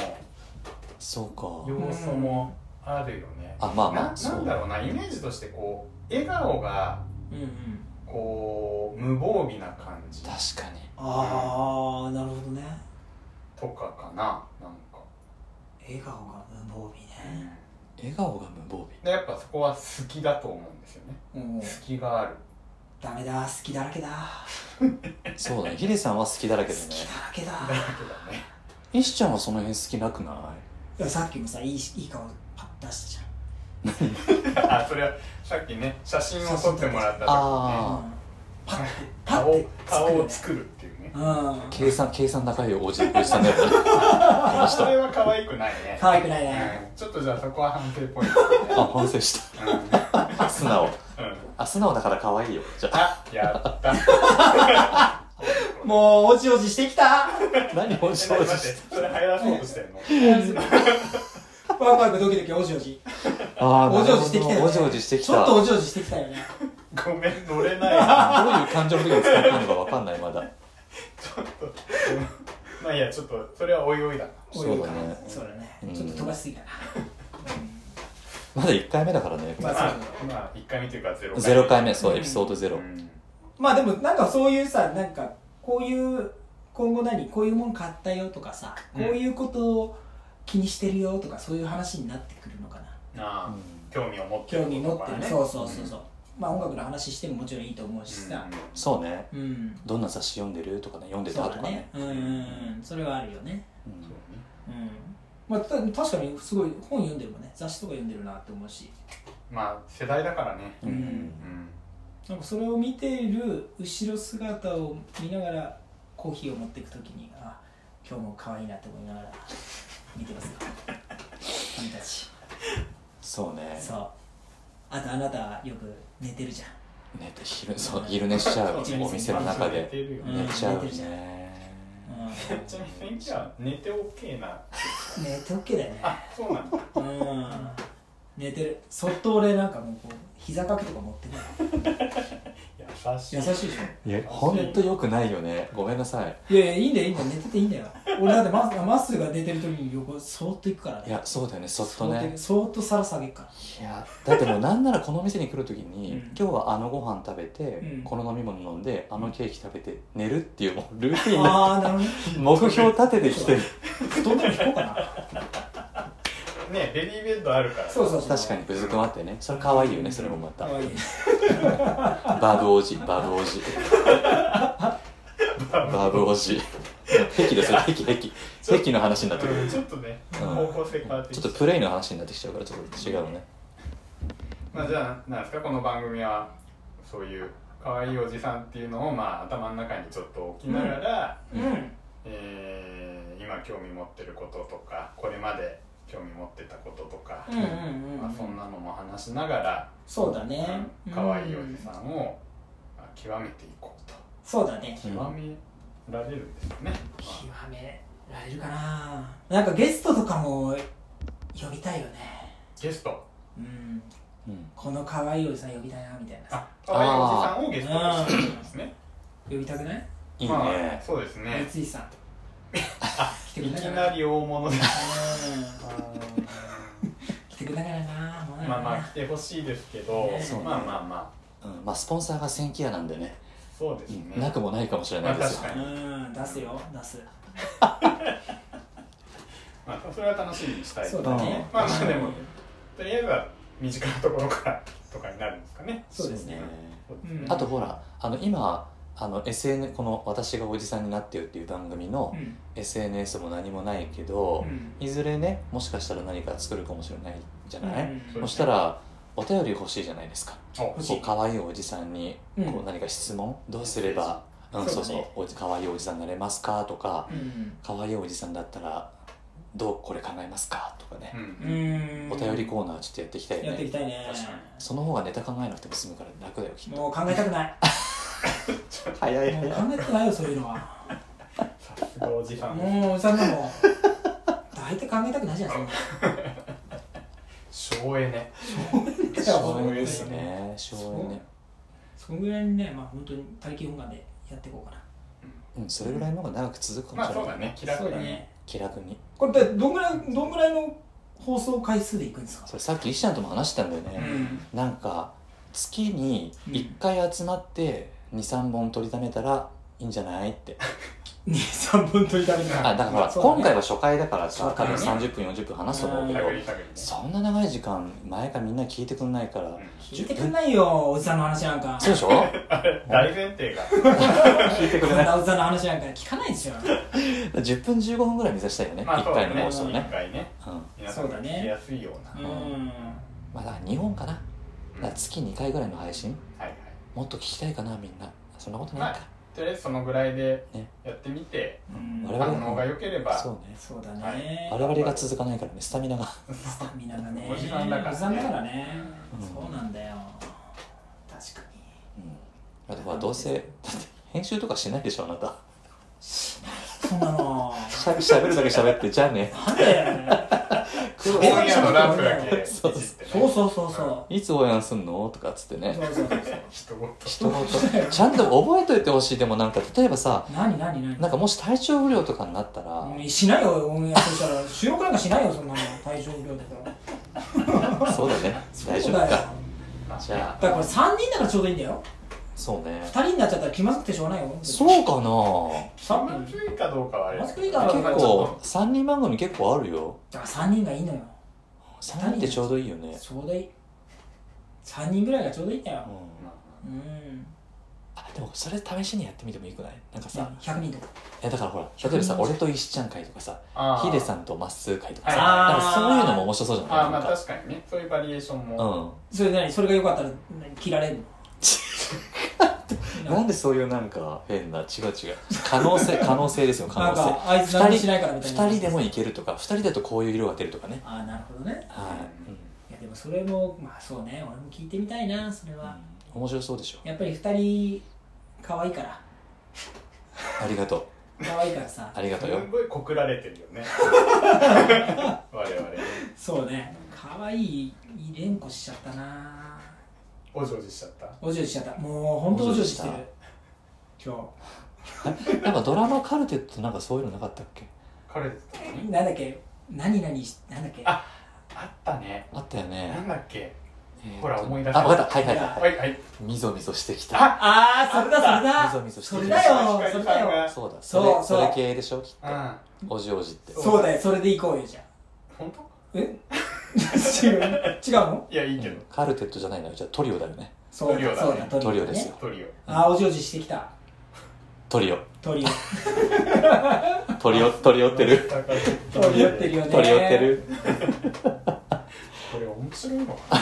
[SPEAKER 1] そうか
[SPEAKER 2] 要素もあるよね。
[SPEAKER 1] あまあま
[SPEAKER 2] な
[SPEAKER 1] あそ
[SPEAKER 2] なんだ
[SPEAKER 1] う
[SPEAKER 2] ろうなイメージとしてこう笑顔が
[SPEAKER 3] うんうん
[SPEAKER 2] こう無防備な感じ
[SPEAKER 1] 確かに
[SPEAKER 3] ああなるほどね
[SPEAKER 2] とかかななんか、
[SPEAKER 3] 笑顔が無防備ね
[SPEAKER 1] 笑顔が無防
[SPEAKER 2] でやっぱそこは好きだと思うんですよね
[SPEAKER 3] もう
[SPEAKER 2] 好きがある
[SPEAKER 3] ダメだ好きだらけだ
[SPEAKER 1] 備そうだねヒデさんは好きだらけ
[SPEAKER 3] 好
[SPEAKER 1] だね
[SPEAKER 3] きだらけだ
[SPEAKER 2] だらけだね
[SPEAKER 1] 石ちゃんはその辺好きなくない
[SPEAKER 3] いやさっきもさいいしいい顔パッ出したじ
[SPEAKER 2] あそれはさっきね写真を撮ってもらった時
[SPEAKER 3] ゃん、
[SPEAKER 1] あ
[SPEAKER 2] に
[SPEAKER 1] ー
[SPEAKER 3] うん、パッ
[SPEAKER 2] ね
[SPEAKER 3] てパ
[SPEAKER 2] 顔
[SPEAKER 3] ッ
[SPEAKER 2] を
[SPEAKER 3] て
[SPEAKER 2] 顔を
[SPEAKER 3] 作
[SPEAKER 2] 作るっていうね
[SPEAKER 3] るうん
[SPEAKER 1] 計算計算高いよおじおじさんだ よね
[SPEAKER 2] あそれは可愛くないね
[SPEAKER 3] 可愛くないね
[SPEAKER 2] うんちょっとじゃあそこは判定ポイントね
[SPEAKER 1] あ反省し
[SPEAKER 2] うんうん
[SPEAKER 1] た素直あ素直だから可愛いよじゃあ
[SPEAKER 2] あやった
[SPEAKER 3] もうおじおじしてきた
[SPEAKER 1] 何を
[SPEAKER 2] え
[SPEAKER 1] 正直
[SPEAKER 2] 待ってそれ流行らそうとしてんの
[SPEAKER 3] ワクワクドキドキおじおじ
[SPEAKER 1] あー
[SPEAKER 3] おじおじしてきたよ、ね、
[SPEAKER 1] おじおじしてき
[SPEAKER 3] ちょ
[SPEAKER 1] た
[SPEAKER 3] っとおじおじしてきたよね
[SPEAKER 2] ごめん乗れない
[SPEAKER 1] どういう感情の時に使ってるのかわかんないまだ
[SPEAKER 2] まあいいやちょっとそれはおいおいだな
[SPEAKER 1] そうだね
[SPEAKER 3] そうだね
[SPEAKER 1] うん
[SPEAKER 3] ちょっと飛ばしすぎたな
[SPEAKER 1] まだ1回目だからね
[SPEAKER 3] まあ
[SPEAKER 2] まあ
[SPEAKER 3] そうそ、
[SPEAKER 2] まあ、1回目というか0回
[SPEAKER 1] 0回目そううんエピソード
[SPEAKER 2] う
[SPEAKER 1] 0、
[SPEAKER 2] ん
[SPEAKER 3] まあでもなんかそういうさなんかこういう今後何こういうもん買ったよとかさ、
[SPEAKER 2] うん
[SPEAKER 3] こういうことを気にしてるよとかそういう話になってくるのかな
[SPEAKER 2] ああ興味を持って
[SPEAKER 3] 興味持
[SPEAKER 2] こ
[SPEAKER 3] っ
[SPEAKER 2] と
[SPEAKER 3] て
[SPEAKER 2] か
[SPEAKER 3] る、
[SPEAKER 2] ね
[SPEAKER 3] そうそうそうそう、まあ音楽の話してももちろんいいと思うしさ
[SPEAKER 2] うん
[SPEAKER 1] そうね
[SPEAKER 3] うん、
[SPEAKER 1] どんな雑誌読んでるとかね読んで
[SPEAKER 3] そ
[SPEAKER 1] た
[SPEAKER 3] う
[SPEAKER 1] と
[SPEAKER 3] だ
[SPEAKER 1] かね
[SPEAKER 3] ねうんうんうんそれはあるよね
[SPEAKER 1] うん
[SPEAKER 2] そうね
[SPEAKER 3] うんまあた確かにすごい本読んでるもんね雑誌とか読んでるなって思うし
[SPEAKER 2] まあ世代だからね
[SPEAKER 3] うん
[SPEAKER 2] うん
[SPEAKER 3] なんかそれを見ている後ろ姿を見ながらコーヒーを持っていくときにあ今日も可愛いなって思いながら見てます よ君たち
[SPEAKER 1] そうね
[SPEAKER 3] そうあとあなたはよく寝てるじゃ
[SPEAKER 1] 寝て昼そう昼寝しちゃう
[SPEAKER 3] そうね
[SPEAKER 1] お店の中
[SPEAKER 2] 寝て
[SPEAKER 1] で
[SPEAKER 2] るよ
[SPEAKER 3] うん
[SPEAKER 2] ね
[SPEAKER 1] 寝ちゃう
[SPEAKER 3] 寝てるじゃん
[SPEAKER 1] ね
[SPEAKER 3] ん、うん、
[SPEAKER 2] ちなみにじゃあ寝て OK な
[SPEAKER 3] 寝て OK だよね
[SPEAKER 2] あそうなんだ
[SPEAKER 3] うん寝てるそっと俺なんかもうこう膝掛けとか持ってない
[SPEAKER 2] 優しい
[SPEAKER 3] 優しいでし
[SPEAKER 1] いやほんとよくないよねごめんなさい
[SPEAKER 3] ょいやいやいいんだよいいんだよ寝てていいんだよ俺だってままっすーが寝てる時に横そーっと行くからね
[SPEAKER 1] いやそうだよねそっとね
[SPEAKER 3] そーっと皿下げるから
[SPEAKER 1] いやだってもうなんならこの店に来るときに、
[SPEAKER 3] うん
[SPEAKER 1] 今日はあのご飯食べて、
[SPEAKER 3] うん
[SPEAKER 1] この飲み物飲んであのケーキ食べて寝るっていうもうルーティンな
[SPEAKER 3] ああなるほどね
[SPEAKER 1] 目標立ててきてる
[SPEAKER 3] 布団でも引こうかな
[SPEAKER 2] ねレディーベッドあるから
[SPEAKER 3] そうそうそう
[SPEAKER 1] 確かにぶずくまってねそれ可愛いよねそれもまた
[SPEAKER 3] 可愛い
[SPEAKER 1] バブおじバブおじバブおじ癖ですよ癖癖癖の話になってくる、
[SPEAKER 2] うんちょっとね
[SPEAKER 1] うん
[SPEAKER 2] 方向性変わって
[SPEAKER 1] ちょ
[SPEAKER 2] き
[SPEAKER 1] ってとプレイの話になってきちゃうからちょっと違うね
[SPEAKER 2] まあじゃあなんですかこの番組はそういう可愛いおじさんっていうのをまあ頭の中にちょっと置きながら、
[SPEAKER 3] うん
[SPEAKER 2] えー今興味持ってることとかこれまで興味持ってたこととか、
[SPEAKER 3] うんうんうん
[SPEAKER 2] まあ、そんなのも話しながら、
[SPEAKER 3] そうだね
[SPEAKER 2] うん可愛いお
[SPEAKER 3] う
[SPEAKER 2] じさんを、まあ極めていこうと
[SPEAKER 3] そうだね
[SPEAKER 1] うん
[SPEAKER 2] 極められるんですよね、
[SPEAKER 3] 極められるかななんかゲストとかも呼びたいよね
[SPEAKER 2] ゲスト
[SPEAKER 3] うん
[SPEAKER 1] うん
[SPEAKER 3] この可愛いおじさん呼びたいなみたいなさ
[SPEAKER 2] あ可愛いおじさんをゲストにしてるんですね
[SPEAKER 3] 呼びたくない
[SPEAKER 1] いい
[SPEAKER 2] ま
[SPEAKER 1] ね
[SPEAKER 2] あ、そうですね
[SPEAKER 3] 三井さん来て
[SPEAKER 2] い
[SPEAKER 3] くれない
[SPEAKER 2] き
[SPEAKER 3] か
[SPEAKER 2] な
[SPEAKER 3] な
[SPEAKER 2] り大物です
[SPEAKER 3] うん来てくれないからなもうな
[SPEAKER 2] まあまあ来てほしいですけど、
[SPEAKER 3] ね
[SPEAKER 1] そうね
[SPEAKER 2] まあまあま
[SPEAKER 1] うんまあスポンサーがセンキアなんでね、
[SPEAKER 2] あそうですね、
[SPEAKER 1] うんなくもないかもしれないですよ
[SPEAKER 2] まあ確か
[SPEAKER 3] うん出すよ出す
[SPEAKER 2] まあ、それは楽しみにしたい
[SPEAKER 3] そうだね
[SPEAKER 2] まあまあでもとりあえずは身近なところからとかになるんですかね
[SPEAKER 3] そうですね
[SPEAKER 1] そう
[SPEAKER 3] うん
[SPEAKER 1] あとほらあの今あの SN この「私がおじさんになってよ」っていう番組の
[SPEAKER 3] うん
[SPEAKER 1] SNS も何もないけど
[SPEAKER 3] う、ん
[SPEAKER 1] いずれねもしかしたら何か作るかもしれないじゃない、
[SPEAKER 3] うん
[SPEAKER 1] そしたらお便り欲しいじゃないですか
[SPEAKER 2] お
[SPEAKER 3] 欲し
[SPEAKER 1] こ
[SPEAKER 3] いう
[SPEAKER 1] 可愛いおじさんに
[SPEAKER 3] うん
[SPEAKER 1] こう何か質問、どうすれば、うん、そうう
[SPEAKER 3] そだ
[SPEAKER 1] そう
[SPEAKER 3] ね
[SPEAKER 1] おじ可愛いおじさんになれますかとか
[SPEAKER 3] うん
[SPEAKER 1] 可愛いおじさんだったらどうこれ考えますかとかね
[SPEAKER 2] う、ん
[SPEAKER 3] う、ん
[SPEAKER 1] お便りコーナーちょっとやっていきたい
[SPEAKER 3] やってい
[SPEAKER 1] ね
[SPEAKER 3] きたいね
[SPEAKER 2] 確か
[SPEAKER 1] その方がネタ考えなくても済むから楽だよきっと
[SPEAKER 3] もう考えたくない
[SPEAKER 1] 早い
[SPEAKER 3] もう考えたくないよそういうのは
[SPEAKER 2] さすがおじさん、
[SPEAKER 3] もうおじさんでも大体考えたくないじゃんそんな
[SPEAKER 2] 省エネ
[SPEAKER 1] 省エネですね省エネ
[SPEAKER 3] そのぐらいにねまあ本当に大気本願でやっていこうかな
[SPEAKER 1] うん、それぐらいの方が長く続くかも
[SPEAKER 2] ま
[SPEAKER 1] し
[SPEAKER 2] あ
[SPEAKER 1] れないう
[SPEAKER 2] そだね気楽
[SPEAKER 3] そうだ
[SPEAKER 2] に、
[SPEAKER 3] ね
[SPEAKER 1] 気楽に
[SPEAKER 3] これってどんぐらいどんぐらいの放送回数でいくんですか
[SPEAKER 1] それさっき石ちゃんとも話してたんだよ
[SPEAKER 2] う
[SPEAKER 1] ね、
[SPEAKER 2] ん、
[SPEAKER 1] なんか月に1回集まって23本取りためたらいいんじゃない って、
[SPEAKER 3] 23本取りためた
[SPEAKER 1] あだから、
[SPEAKER 3] そうだね
[SPEAKER 1] 今回は初回だからさ
[SPEAKER 3] 初
[SPEAKER 1] 多
[SPEAKER 3] 回
[SPEAKER 1] 分
[SPEAKER 3] ね
[SPEAKER 1] 30分40分話すと思うけど、
[SPEAKER 2] 探り探りね
[SPEAKER 1] そんな長い時間前からみんな聞いてくんないから、
[SPEAKER 2] ん
[SPEAKER 3] 聞いてくんないよおじさんの話なんか
[SPEAKER 1] そうでしょ
[SPEAKER 2] 大前提が
[SPEAKER 1] 聞いて
[SPEAKER 3] こんなおじさんの話なんか聞かないですよ
[SPEAKER 1] 10分15分ぐらい目指したいよね、
[SPEAKER 2] まあ
[SPEAKER 1] 一
[SPEAKER 2] そう
[SPEAKER 1] 1
[SPEAKER 2] だ
[SPEAKER 1] 回
[SPEAKER 2] ね
[SPEAKER 1] の放送ね
[SPEAKER 2] 一、回ね
[SPEAKER 1] うん
[SPEAKER 2] 皆さんが聞きやすいような
[SPEAKER 3] うん
[SPEAKER 1] まあだから2本かな
[SPEAKER 2] うん
[SPEAKER 1] だから月2回ぐらいの配信
[SPEAKER 2] はいはい
[SPEAKER 1] もっと聞きたいかなみんなそんなことないか、
[SPEAKER 2] とりあえずそのぐらいで
[SPEAKER 1] ね
[SPEAKER 2] やってみて、
[SPEAKER 3] うん
[SPEAKER 1] 我々
[SPEAKER 2] 反
[SPEAKER 1] も
[SPEAKER 2] 応が良ければ
[SPEAKER 1] そうね
[SPEAKER 3] そうだ
[SPEAKER 2] は
[SPEAKER 3] ね
[SPEAKER 1] 我々が続かないからねスタミナが
[SPEAKER 3] スタミナがね
[SPEAKER 2] おじさんだからね
[SPEAKER 3] おじさんだからね
[SPEAKER 1] うん
[SPEAKER 3] そうなんだよ確かに
[SPEAKER 1] うんあとはどうせだって編集とかしないでしょあなた
[SPEAKER 3] そんなの
[SPEAKER 1] しゃしゃべるだけしゃべってじゃあね
[SPEAKER 3] なんで
[SPEAKER 1] 苦労
[SPEAKER 3] え
[SPEAKER 2] 今夜のランプだけいじって
[SPEAKER 1] そう
[SPEAKER 2] ね
[SPEAKER 3] そうそうそうそう
[SPEAKER 1] いつ応援すんのとかっつってね
[SPEAKER 3] そうそうそうそう
[SPEAKER 2] 人ごと
[SPEAKER 1] 人ごと ちゃんと覚えといてほしいでもなんか例えばさ
[SPEAKER 3] 何何何
[SPEAKER 1] なんかもし体調不良とかになったら
[SPEAKER 3] うんしないよオンエアそしたら収録なんかしないよそんなの体調不良でさ
[SPEAKER 1] そうだね大丈
[SPEAKER 3] そう
[SPEAKER 1] 夫
[SPEAKER 3] だよ
[SPEAKER 1] か
[SPEAKER 3] だか
[SPEAKER 1] じゃあ
[SPEAKER 3] らこれ3人だからちょうどいいんだよ
[SPEAKER 1] そうね
[SPEAKER 3] 2人になっちゃったら気まずくてしょうがないよ
[SPEAKER 1] そうかな
[SPEAKER 2] 三分注意かどうかはあれですけど
[SPEAKER 3] 三分注意か
[SPEAKER 1] 結構3人番組結構あるよ
[SPEAKER 3] だから3人がいいのよ
[SPEAKER 1] 3人ってちょうどいいよね
[SPEAKER 3] ちょうどいい3人ぐらいがちょうどいいんだよ
[SPEAKER 1] うん
[SPEAKER 3] うん
[SPEAKER 1] あでもそれ試しにやってみてもよくないなんかさ、
[SPEAKER 3] 100人とか
[SPEAKER 1] えだからほら例えばさ俺と石ちゃん会とかさヒデさんとまっすー会とかさ
[SPEAKER 2] あ
[SPEAKER 1] な
[SPEAKER 2] ー
[SPEAKER 1] んかそういうのも面白そうじゃない
[SPEAKER 2] あー
[SPEAKER 1] な
[SPEAKER 2] ま
[SPEAKER 1] ん
[SPEAKER 2] あ
[SPEAKER 1] か
[SPEAKER 2] 確かにねそういうバリエーションも
[SPEAKER 1] う
[SPEAKER 3] それ何それが良かったら何切られるの
[SPEAKER 1] んなんでそういうなんか変な違う違う 可能性可能性ですよ可
[SPEAKER 3] なん
[SPEAKER 1] 能性
[SPEAKER 3] かあいつ何もしないからみたいな
[SPEAKER 1] 2人でもいけるとか2人だとこういう色が出るとかね
[SPEAKER 3] ああなるほどね
[SPEAKER 1] はい、うん
[SPEAKER 3] いやでもそれもまあそうね俺も聞いてみたいなそれは、
[SPEAKER 1] 面白そうでしょ
[SPEAKER 3] やっぱり2人可愛いから
[SPEAKER 1] ありがとう
[SPEAKER 3] 可愛いからさ
[SPEAKER 1] ありが
[SPEAKER 2] す
[SPEAKER 1] とうよ
[SPEAKER 2] んごい告られてるよね我々
[SPEAKER 3] そうね可愛い連呼しちゃったな
[SPEAKER 2] おじおじしちゃった
[SPEAKER 3] おじおじしちゃったもうほんとおじおじしてる
[SPEAKER 1] おじ
[SPEAKER 3] 今
[SPEAKER 1] なんかドラマカルテットってなんかそういうのなかったっけ
[SPEAKER 2] 彼ですかね
[SPEAKER 3] 日なんだっけ何何しなんだっけ
[SPEAKER 2] ああったね
[SPEAKER 1] あったよ
[SPEAKER 2] な
[SPEAKER 1] ね
[SPEAKER 2] んだっけ
[SPEAKER 1] えーと
[SPEAKER 2] ほら思い出せ
[SPEAKER 1] あ分かったはいはいはい、は、
[SPEAKER 2] はいいはい
[SPEAKER 1] みぞみぞしてきた
[SPEAKER 2] あ
[SPEAKER 3] あーそれだそれ
[SPEAKER 1] みぞ
[SPEAKER 3] だ
[SPEAKER 1] みぞして
[SPEAKER 3] そ
[SPEAKER 1] き
[SPEAKER 3] れ
[SPEAKER 1] た
[SPEAKER 3] だよ
[SPEAKER 2] 確か
[SPEAKER 3] そ
[SPEAKER 2] に
[SPEAKER 3] れだ
[SPEAKER 2] 彼
[SPEAKER 3] よ
[SPEAKER 2] は
[SPEAKER 1] そうだそ
[SPEAKER 3] そう
[SPEAKER 1] れ
[SPEAKER 3] そ
[SPEAKER 1] そ
[SPEAKER 3] う
[SPEAKER 1] れ系でしょきっ
[SPEAKER 2] うん
[SPEAKER 1] とおじおじって
[SPEAKER 2] そう
[SPEAKER 3] そうだよそれで行こうよじゃあ
[SPEAKER 2] 本当
[SPEAKER 3] え 違う違うの
[SPEAKER 2] いやいいけど、
[SPEAKER 1] カルテットじゃないなじゃあトリオだよね
[SPEAKER 3] そう
[SPEAKER 2] トリオ
[SPEAKER 3] だ
[SPEAKER 2] だね
[SPEAKER 3] そうだ
[SPEAKER 1] トリオですよ
[SPEAKER 2] トリオ
[SPEAKER 3] あーおじおじしてきた
[SPEAKER 1] トリオ
[SPEAKER 3] トリオ
[SPEAKER 1] トリオトリオって る
[SPEAKER 3] トリオってるよね
[SPEAKER 1] トリオってる
[SPEAKER 2] これ面白いのかな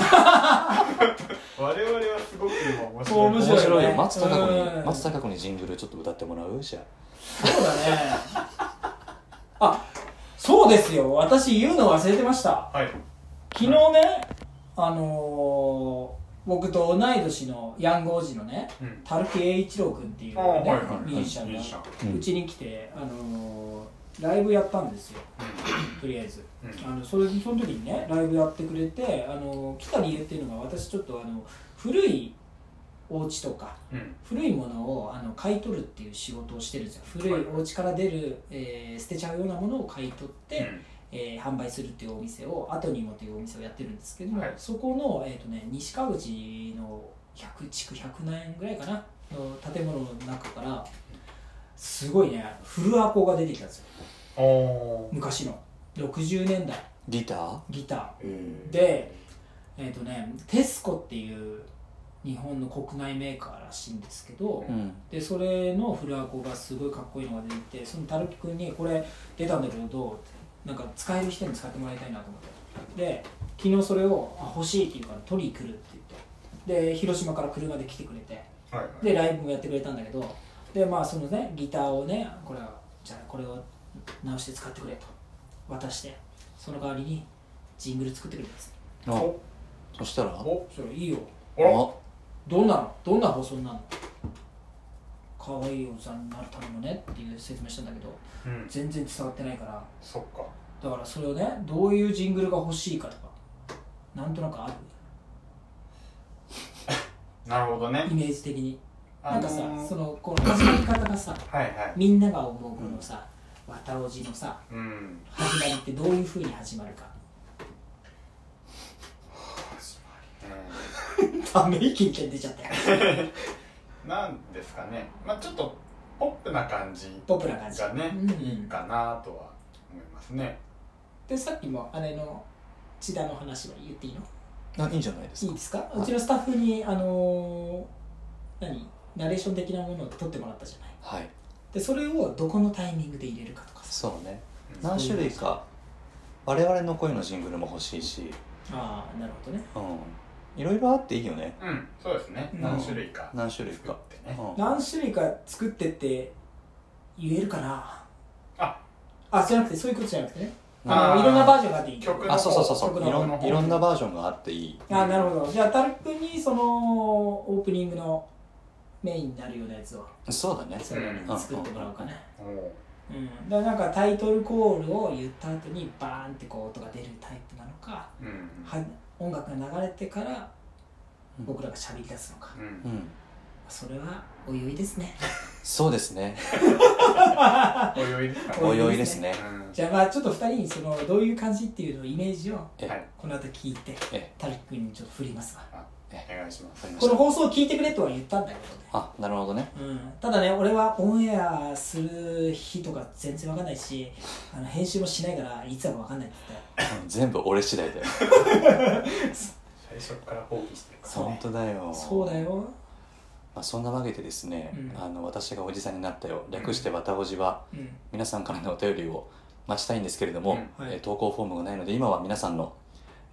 [SPEAKER 2] 我々はすごく今面白い
[SPEAKER 3] 面
[SPEAKER 1] 面
[SPEAKER 3] 白いね
[SPEAKER 1] 白いよ松たか子
[SPEAKER 3] う
[SPEAKER 1] に
[SPEAKER 3] ん
[SPEAKER 1] 松たか子にジングルちょっと歌ってもらうじゃ
[SPEAKER 3] そうだねあそうですよ私言うの忘れてました
[SPEAKER 2] はい
[SPEAKER 3] 昨日ねあのー僕と同い年のヤング王子のね
[SPEAKER 2] うん
[SPEAKER 3] 樽木栄一郎君っていう、ね
[SPEAKER 2] あはいはい
[SPEAKER 3] ミュージシャン
[SPEAKER 2] ミュ
[SPEAKER 3] が
[SPEAKER 2] ージシャン
[SPEAKER 1] うん
[SPEAKER 3] うちに来て、あのーライブやったんですよとりあえず、
[SPEAKER 2] うん
[SPEAKER 3] あのそれその時にねライブやってくれて、あのー来た理由っていうのが私ちょっとあの古いお家とか
[SPEAKER 2] うん
[SPEAKER 3] 古いものをあの買い取るっていう仕事をしてるんですよ古いお家から出る、えー捨てちゃうようなものを買い取って、えー販売するっていうお店をアトニモというお店をやってるんですけども、
[SPEAKER 2] はい
[SPEAKER 3] そこの、えーとね、西川口の100築100何円ぐらいかなの建物の中からすごいね古アコが出てきたんですよ
[SPEAKER 2] うんお
[SPEAKER 3] 昔の60年代
[SPEAKER 1] ギター
[SPEAKER 3] ギタ
[SPEAKER 2] ー
[SPEAKER 3] ーでえっ、とねテスコっていう日本の国内メーカーらしいんですけど、
[SPEAKER 1] うん
[SPEAKER 3] でそれのフルアコがすごいかっこいいのが出てきてそのたるきくんに「これ出たんだけどどう?」ってなんか使える人に使ってもらいたいなと思ってで昨日それを「あ欲しい」って言うから取りに来るって言ってで広島から車で来てくれて
[SPEAKER 2] はいはい
[SPEAKER 3] でライブもやってくれたんだけどでまあそのねギターをねこれはじゃあこれを直して使ってくれと渡してその代わりにジングル作ってくれたんです
[SPEAKER 1] あそしたら
[SPEAKER 2] お
[SPEAKER 3] それいいよ
[SPEAKER 2] あら
[SPEAKER 1] あ
[SPEAKER 3] どんなのどんな放送になるの可愛いおじさんになるためのねっていう説明したんだけど
[SPEAKER 2] うん
[SPEAKER 3] 全然伝わってないから
[SPEAKER 2] そっか
[SPEAKER 3] だからそれをねどういうジングルが欲しいかとかなんとなくある
[SPEAKER 2] なるほど
[SPEAKER 3] イ
[SPEAKER 2] ね
[SPEAKER 3] メージ的に
[SPEAKER 2] あ
[SPEAKER 3] なん
[SPEAKER 2] の
[SPEAKER 3] かさ
[SPEAKER 2] ー
[SPEAKER 3] そのこの始まり方がさ
[SPEAKER 2] はいはい
[SPEAKER 3] みんなが思うこのさ綿おじのさ
[SPEAKER 2] うん
[SPEAKER 3] 始まりってどういうふうに始まるかため息みたいに出ちゃったよ
[SPEAKER 2] うんなんですかねまあちょっとポップな感じ
[SPEAKER 3] ポップな感じ
[SPEAKER 2] がね
[SPEAKER 3] うん
[SPEAKER 2] いいかなとは思いますね
[SPEAKER 3] でさっきも姉の千田の話は言っていいの
[SPEAKER 1] あいいんじゃないです
[SPEAKER 3] いい
[SPEAKER 1] か
[SPEAKER 3] ですかうちのスタッフにあのー何ナレーション的なものを取ってもらったじゃない
[SPEAKER 1] はい
[SPEAKER 3] でそれをどこのタイミングで入れるかとかさ
[SPEAKER 1] そうね
[SPEAKER 2] うん
[SPEAKER 1] 何種類か我々の声のジングルも欲しいし
[SPEAKER 3] ああなるほどね
[SPEAKER 1] うんいろいろあっていいよね
[SPEAKER 2] うんそうですね
[SPEAKER 3] うん
[SPEAKER 2] 何種類か
[SPEAKER 1] 何種類か
[SPEAKER 2] 作ってね
[SPEAKER 1] うん
[SPEAKER 3] 何種類か作ってって言えるかな
[SPEAKER 2] あ
[SPEAKER 3] あじゃなくてそういうことじゃなくてね
[SPEAKER 2] あ
[SPEAKER 3] あ
[SPEAKER 2] ー
[SPEAKER 3] のいろんなバージョンがあっていい
[SPEAKER 2] 曲の
[SPEAKER 1] あそうそうそうそ
[SPEAKER 3] 曲
[SPEAKER 1] う
[SPEAKER 3] の
[SPEAKER 1] いろ
[SPEAKER 2] 曲の
[SPEAKER 1] ん
[SPEAKER 2] 方
[SPEAKER 1] いろんなバージョンがあっていい
[SPEAKER 3] あーなるほどじゃあタルクにそのオープニングのメインになるようなやつを
[SPEAKER 1] そうだね
[SPEAKER 3] それに
[SPEAKER 2] うん
[SPEAKER 3] 作ってもらおうかね
[SPEAKER 2] おー
[SPEAKER 3] うんだからなんかタイトルコールを言った後にバーンってこう音が出るタイプなのか
[SPEAKER 2] うん
[SPEAKER 3] は音楽が流れてから
[SPEAKER 1] うん
[SPEAKER 3] 僕らが喋り出すのか、
[SPEAKER 2] う
[SPEAKER 1] うんん
[SPEAKER 3] それはおいおいですね
[SPEAKER 1] そうですね。
[SPEAKER 2] おいおいですか
[SPEAKER 1] お
[SPEAKER 2] ね
[SPEAKER 1] いおいですね。
[SPEAKER 3] じゃあまあちょっと2人にそのどういう感じっていうのをイメージを
[SPEAKER 2] う
[SPEAKER 1] え
[SPEAKER 2] ん、はい
[SPEAKER 3] この後聞いて
[SPEAKER 1] え
[SPEAKER 3] タルキ君にちょっと振りますわ
[SPEAKER 2] お願いします
[SPEAKER 1] わかりま
[SPEAKER 3] こ
[SPEAKER 1] し
[SPEAKER 3] の
[SPEAKER 1] た。
[SPEAKER 3] 放送を聞いてくれとは言ったんだけ
[SPEAKER 1] あ、なるほど ね。
[SPEAKER 3] どね、うん、ただね俺はオンエアする日とか全然わかんないしあの編集もしないからいつだかわかんないって言って
[SPEAKER 1] 全部俺次第 だよ。
[SPEAKER 2] 最初から放棄してるから
[SPEAKER 3] そうね
[SPEAKER 1] 本当だよ。
[SPEAKER 3] そうだ。よ
[SPEAKER 1] まあ、そんなわけでですね、
[SPEAKER 3] うん
[SPEAKER 1] あの私がおじさんになったよ略して「わたおじ」は
[SPEAKER 3] うん
[SPEAKER 1] 皆さんからのお便りを待ちたいんですけれども、
[SPEAKER 3] うんはい
[SPEAKER 1] えー投稿フォームがないので今は皆さんの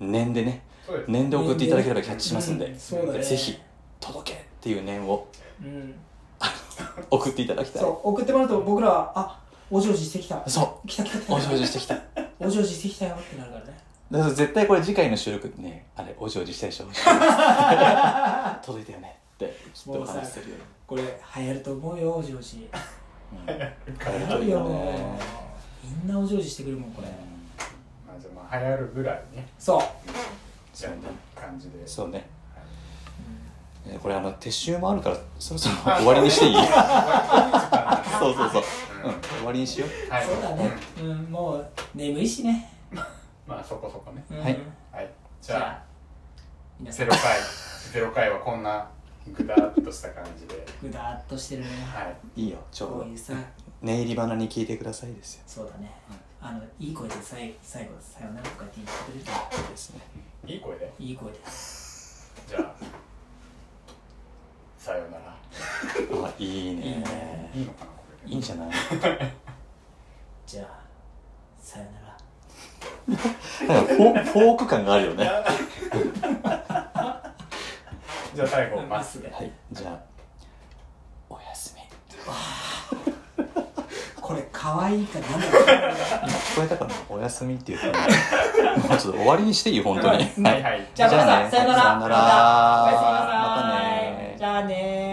[SPEAKER 1] 念でね
[SPEAKER 2] そうですね
[SPEAKER 1] 念で送っていただければキャッチしますんで、
[SPEAKER 3] うそうだね
[SPEAKER 1] ぜひ届けっていう念を
[SPEAKER 3] うん
[SPEAKER 1] 送っていただきたい
[SPEAKER 3] そ
[SPEAKER 1] そう
[SPEAKER 3] 送ってもらうと僕らはあおじおじしてきた
[SPEAKER 1] う
[SPEAKER 3] 来た来た来た
[SPEAKER 1] おじおじしてきただ
[SPEAKER 3] おじおじしてきたよってなるからね
[SPEAKER 1] から絶対これ次回の収録ねあれおじおじしたで しょ届いたよねってきっとお話しするよ、
[SPEAKER 3] これ流行ると思うよおじおじ
[SPEAKER 1] うん、や
[SPEAKER 3] 流
[SPEAKER 1] る
[SPEAKER 3] 行
[SPEAKER 1] とい
[SPEAKER 3] る
[SPEAKER 1] い
[SPEAKER 3] よ
[SPEAKER 1] よね
[SPEAKER 3] みんなおじおじしてくるもんこれ
[SPEAKER 2] まあじゃあまあ流行るぐらいね
[SPEAKER 3] そう
[SPEAKER 2] じゃあ感じで
[SPEAKER 1] そうね
[SPEAKER 2] はい
[SPEAKER 1] えーこれあの撤収もあるからそ ろそろ終わりにしていいそうそうそう、うん、終わりにしよう
[SPEAKER 2] はい
[SPEAKER 3] そうだねうんもう眠いしね
[SPEAKER 2] まあそこそこね
[SPEAKER 3] うん
[SPEAKER 1] はい
[SPEAKER 2] はいじ
[SPEAKER 3] じゃ
[SPEAKER 2] ゃ
[SPEAKER 3] あ皆
[SPEAKER 2] あ
[SPEAKER 3] さ
[SPEAKER 2] ゼ
[SPEAKER 3] ん
[SPEAKER 2] ロ回ゼロ回はこんなぐだっとした感じで
[SPEAKER 3] ぐだーっとしてるね
[SPEAKER 2] はい
[SPEAKER 1] いいよちょう
[SPEAKER 3] こ
[SPEAKER 1] ど
[SPEAKER 3] ういうさ
[SPEAKER 1] 寝入り花に聞いてくださいですよ
[SPEAKER 3] そうだねあのいい声でさい最後さよならとかって言ってくれると
[SPEAKER 1] いいですね
[SPEAKER 2] いい声で
[SPEAKER 3] いい声で
[SPEAKER 2] じゃあさようなら
[SPEAKER 1] あいい
[SPEAKER 3] いい
[SPEAKER 1] ね
[SPEAKER 3] ね
[SPEAKER 2] いいのかなこれ
[SPEAKER 1] いいんじゃない
[SPEAKER 3] じゃあさよなら
[SPEAKER 1] なんかフォフォーク感があるよねは
[SPEAKER 2] じゃあ最後まっす
[SPEAKER 3] すぐ
[SPEAKER 1] いじゃあおやすみ
[SPEAKER 3] これ可愛いかなんだか
[SPEAKER 1] 今聞こえたかなおやすみっていう感 じもうちょっと終わりにしていい本当に
[SPEAKER 2] はいはい
[SPEAKER 3] じゃあ皆さん
[SPEAKER 1] じゃ
[SPEAKER 3] さ
[SPEAKER 1] あね
[SPEAKER 3] よなら
[SPEAKER 1] さよなら
[SPEAKER 3] またおやすみなさい
[SPEAKER 1] またね
[SPEAKER 3] じゃあね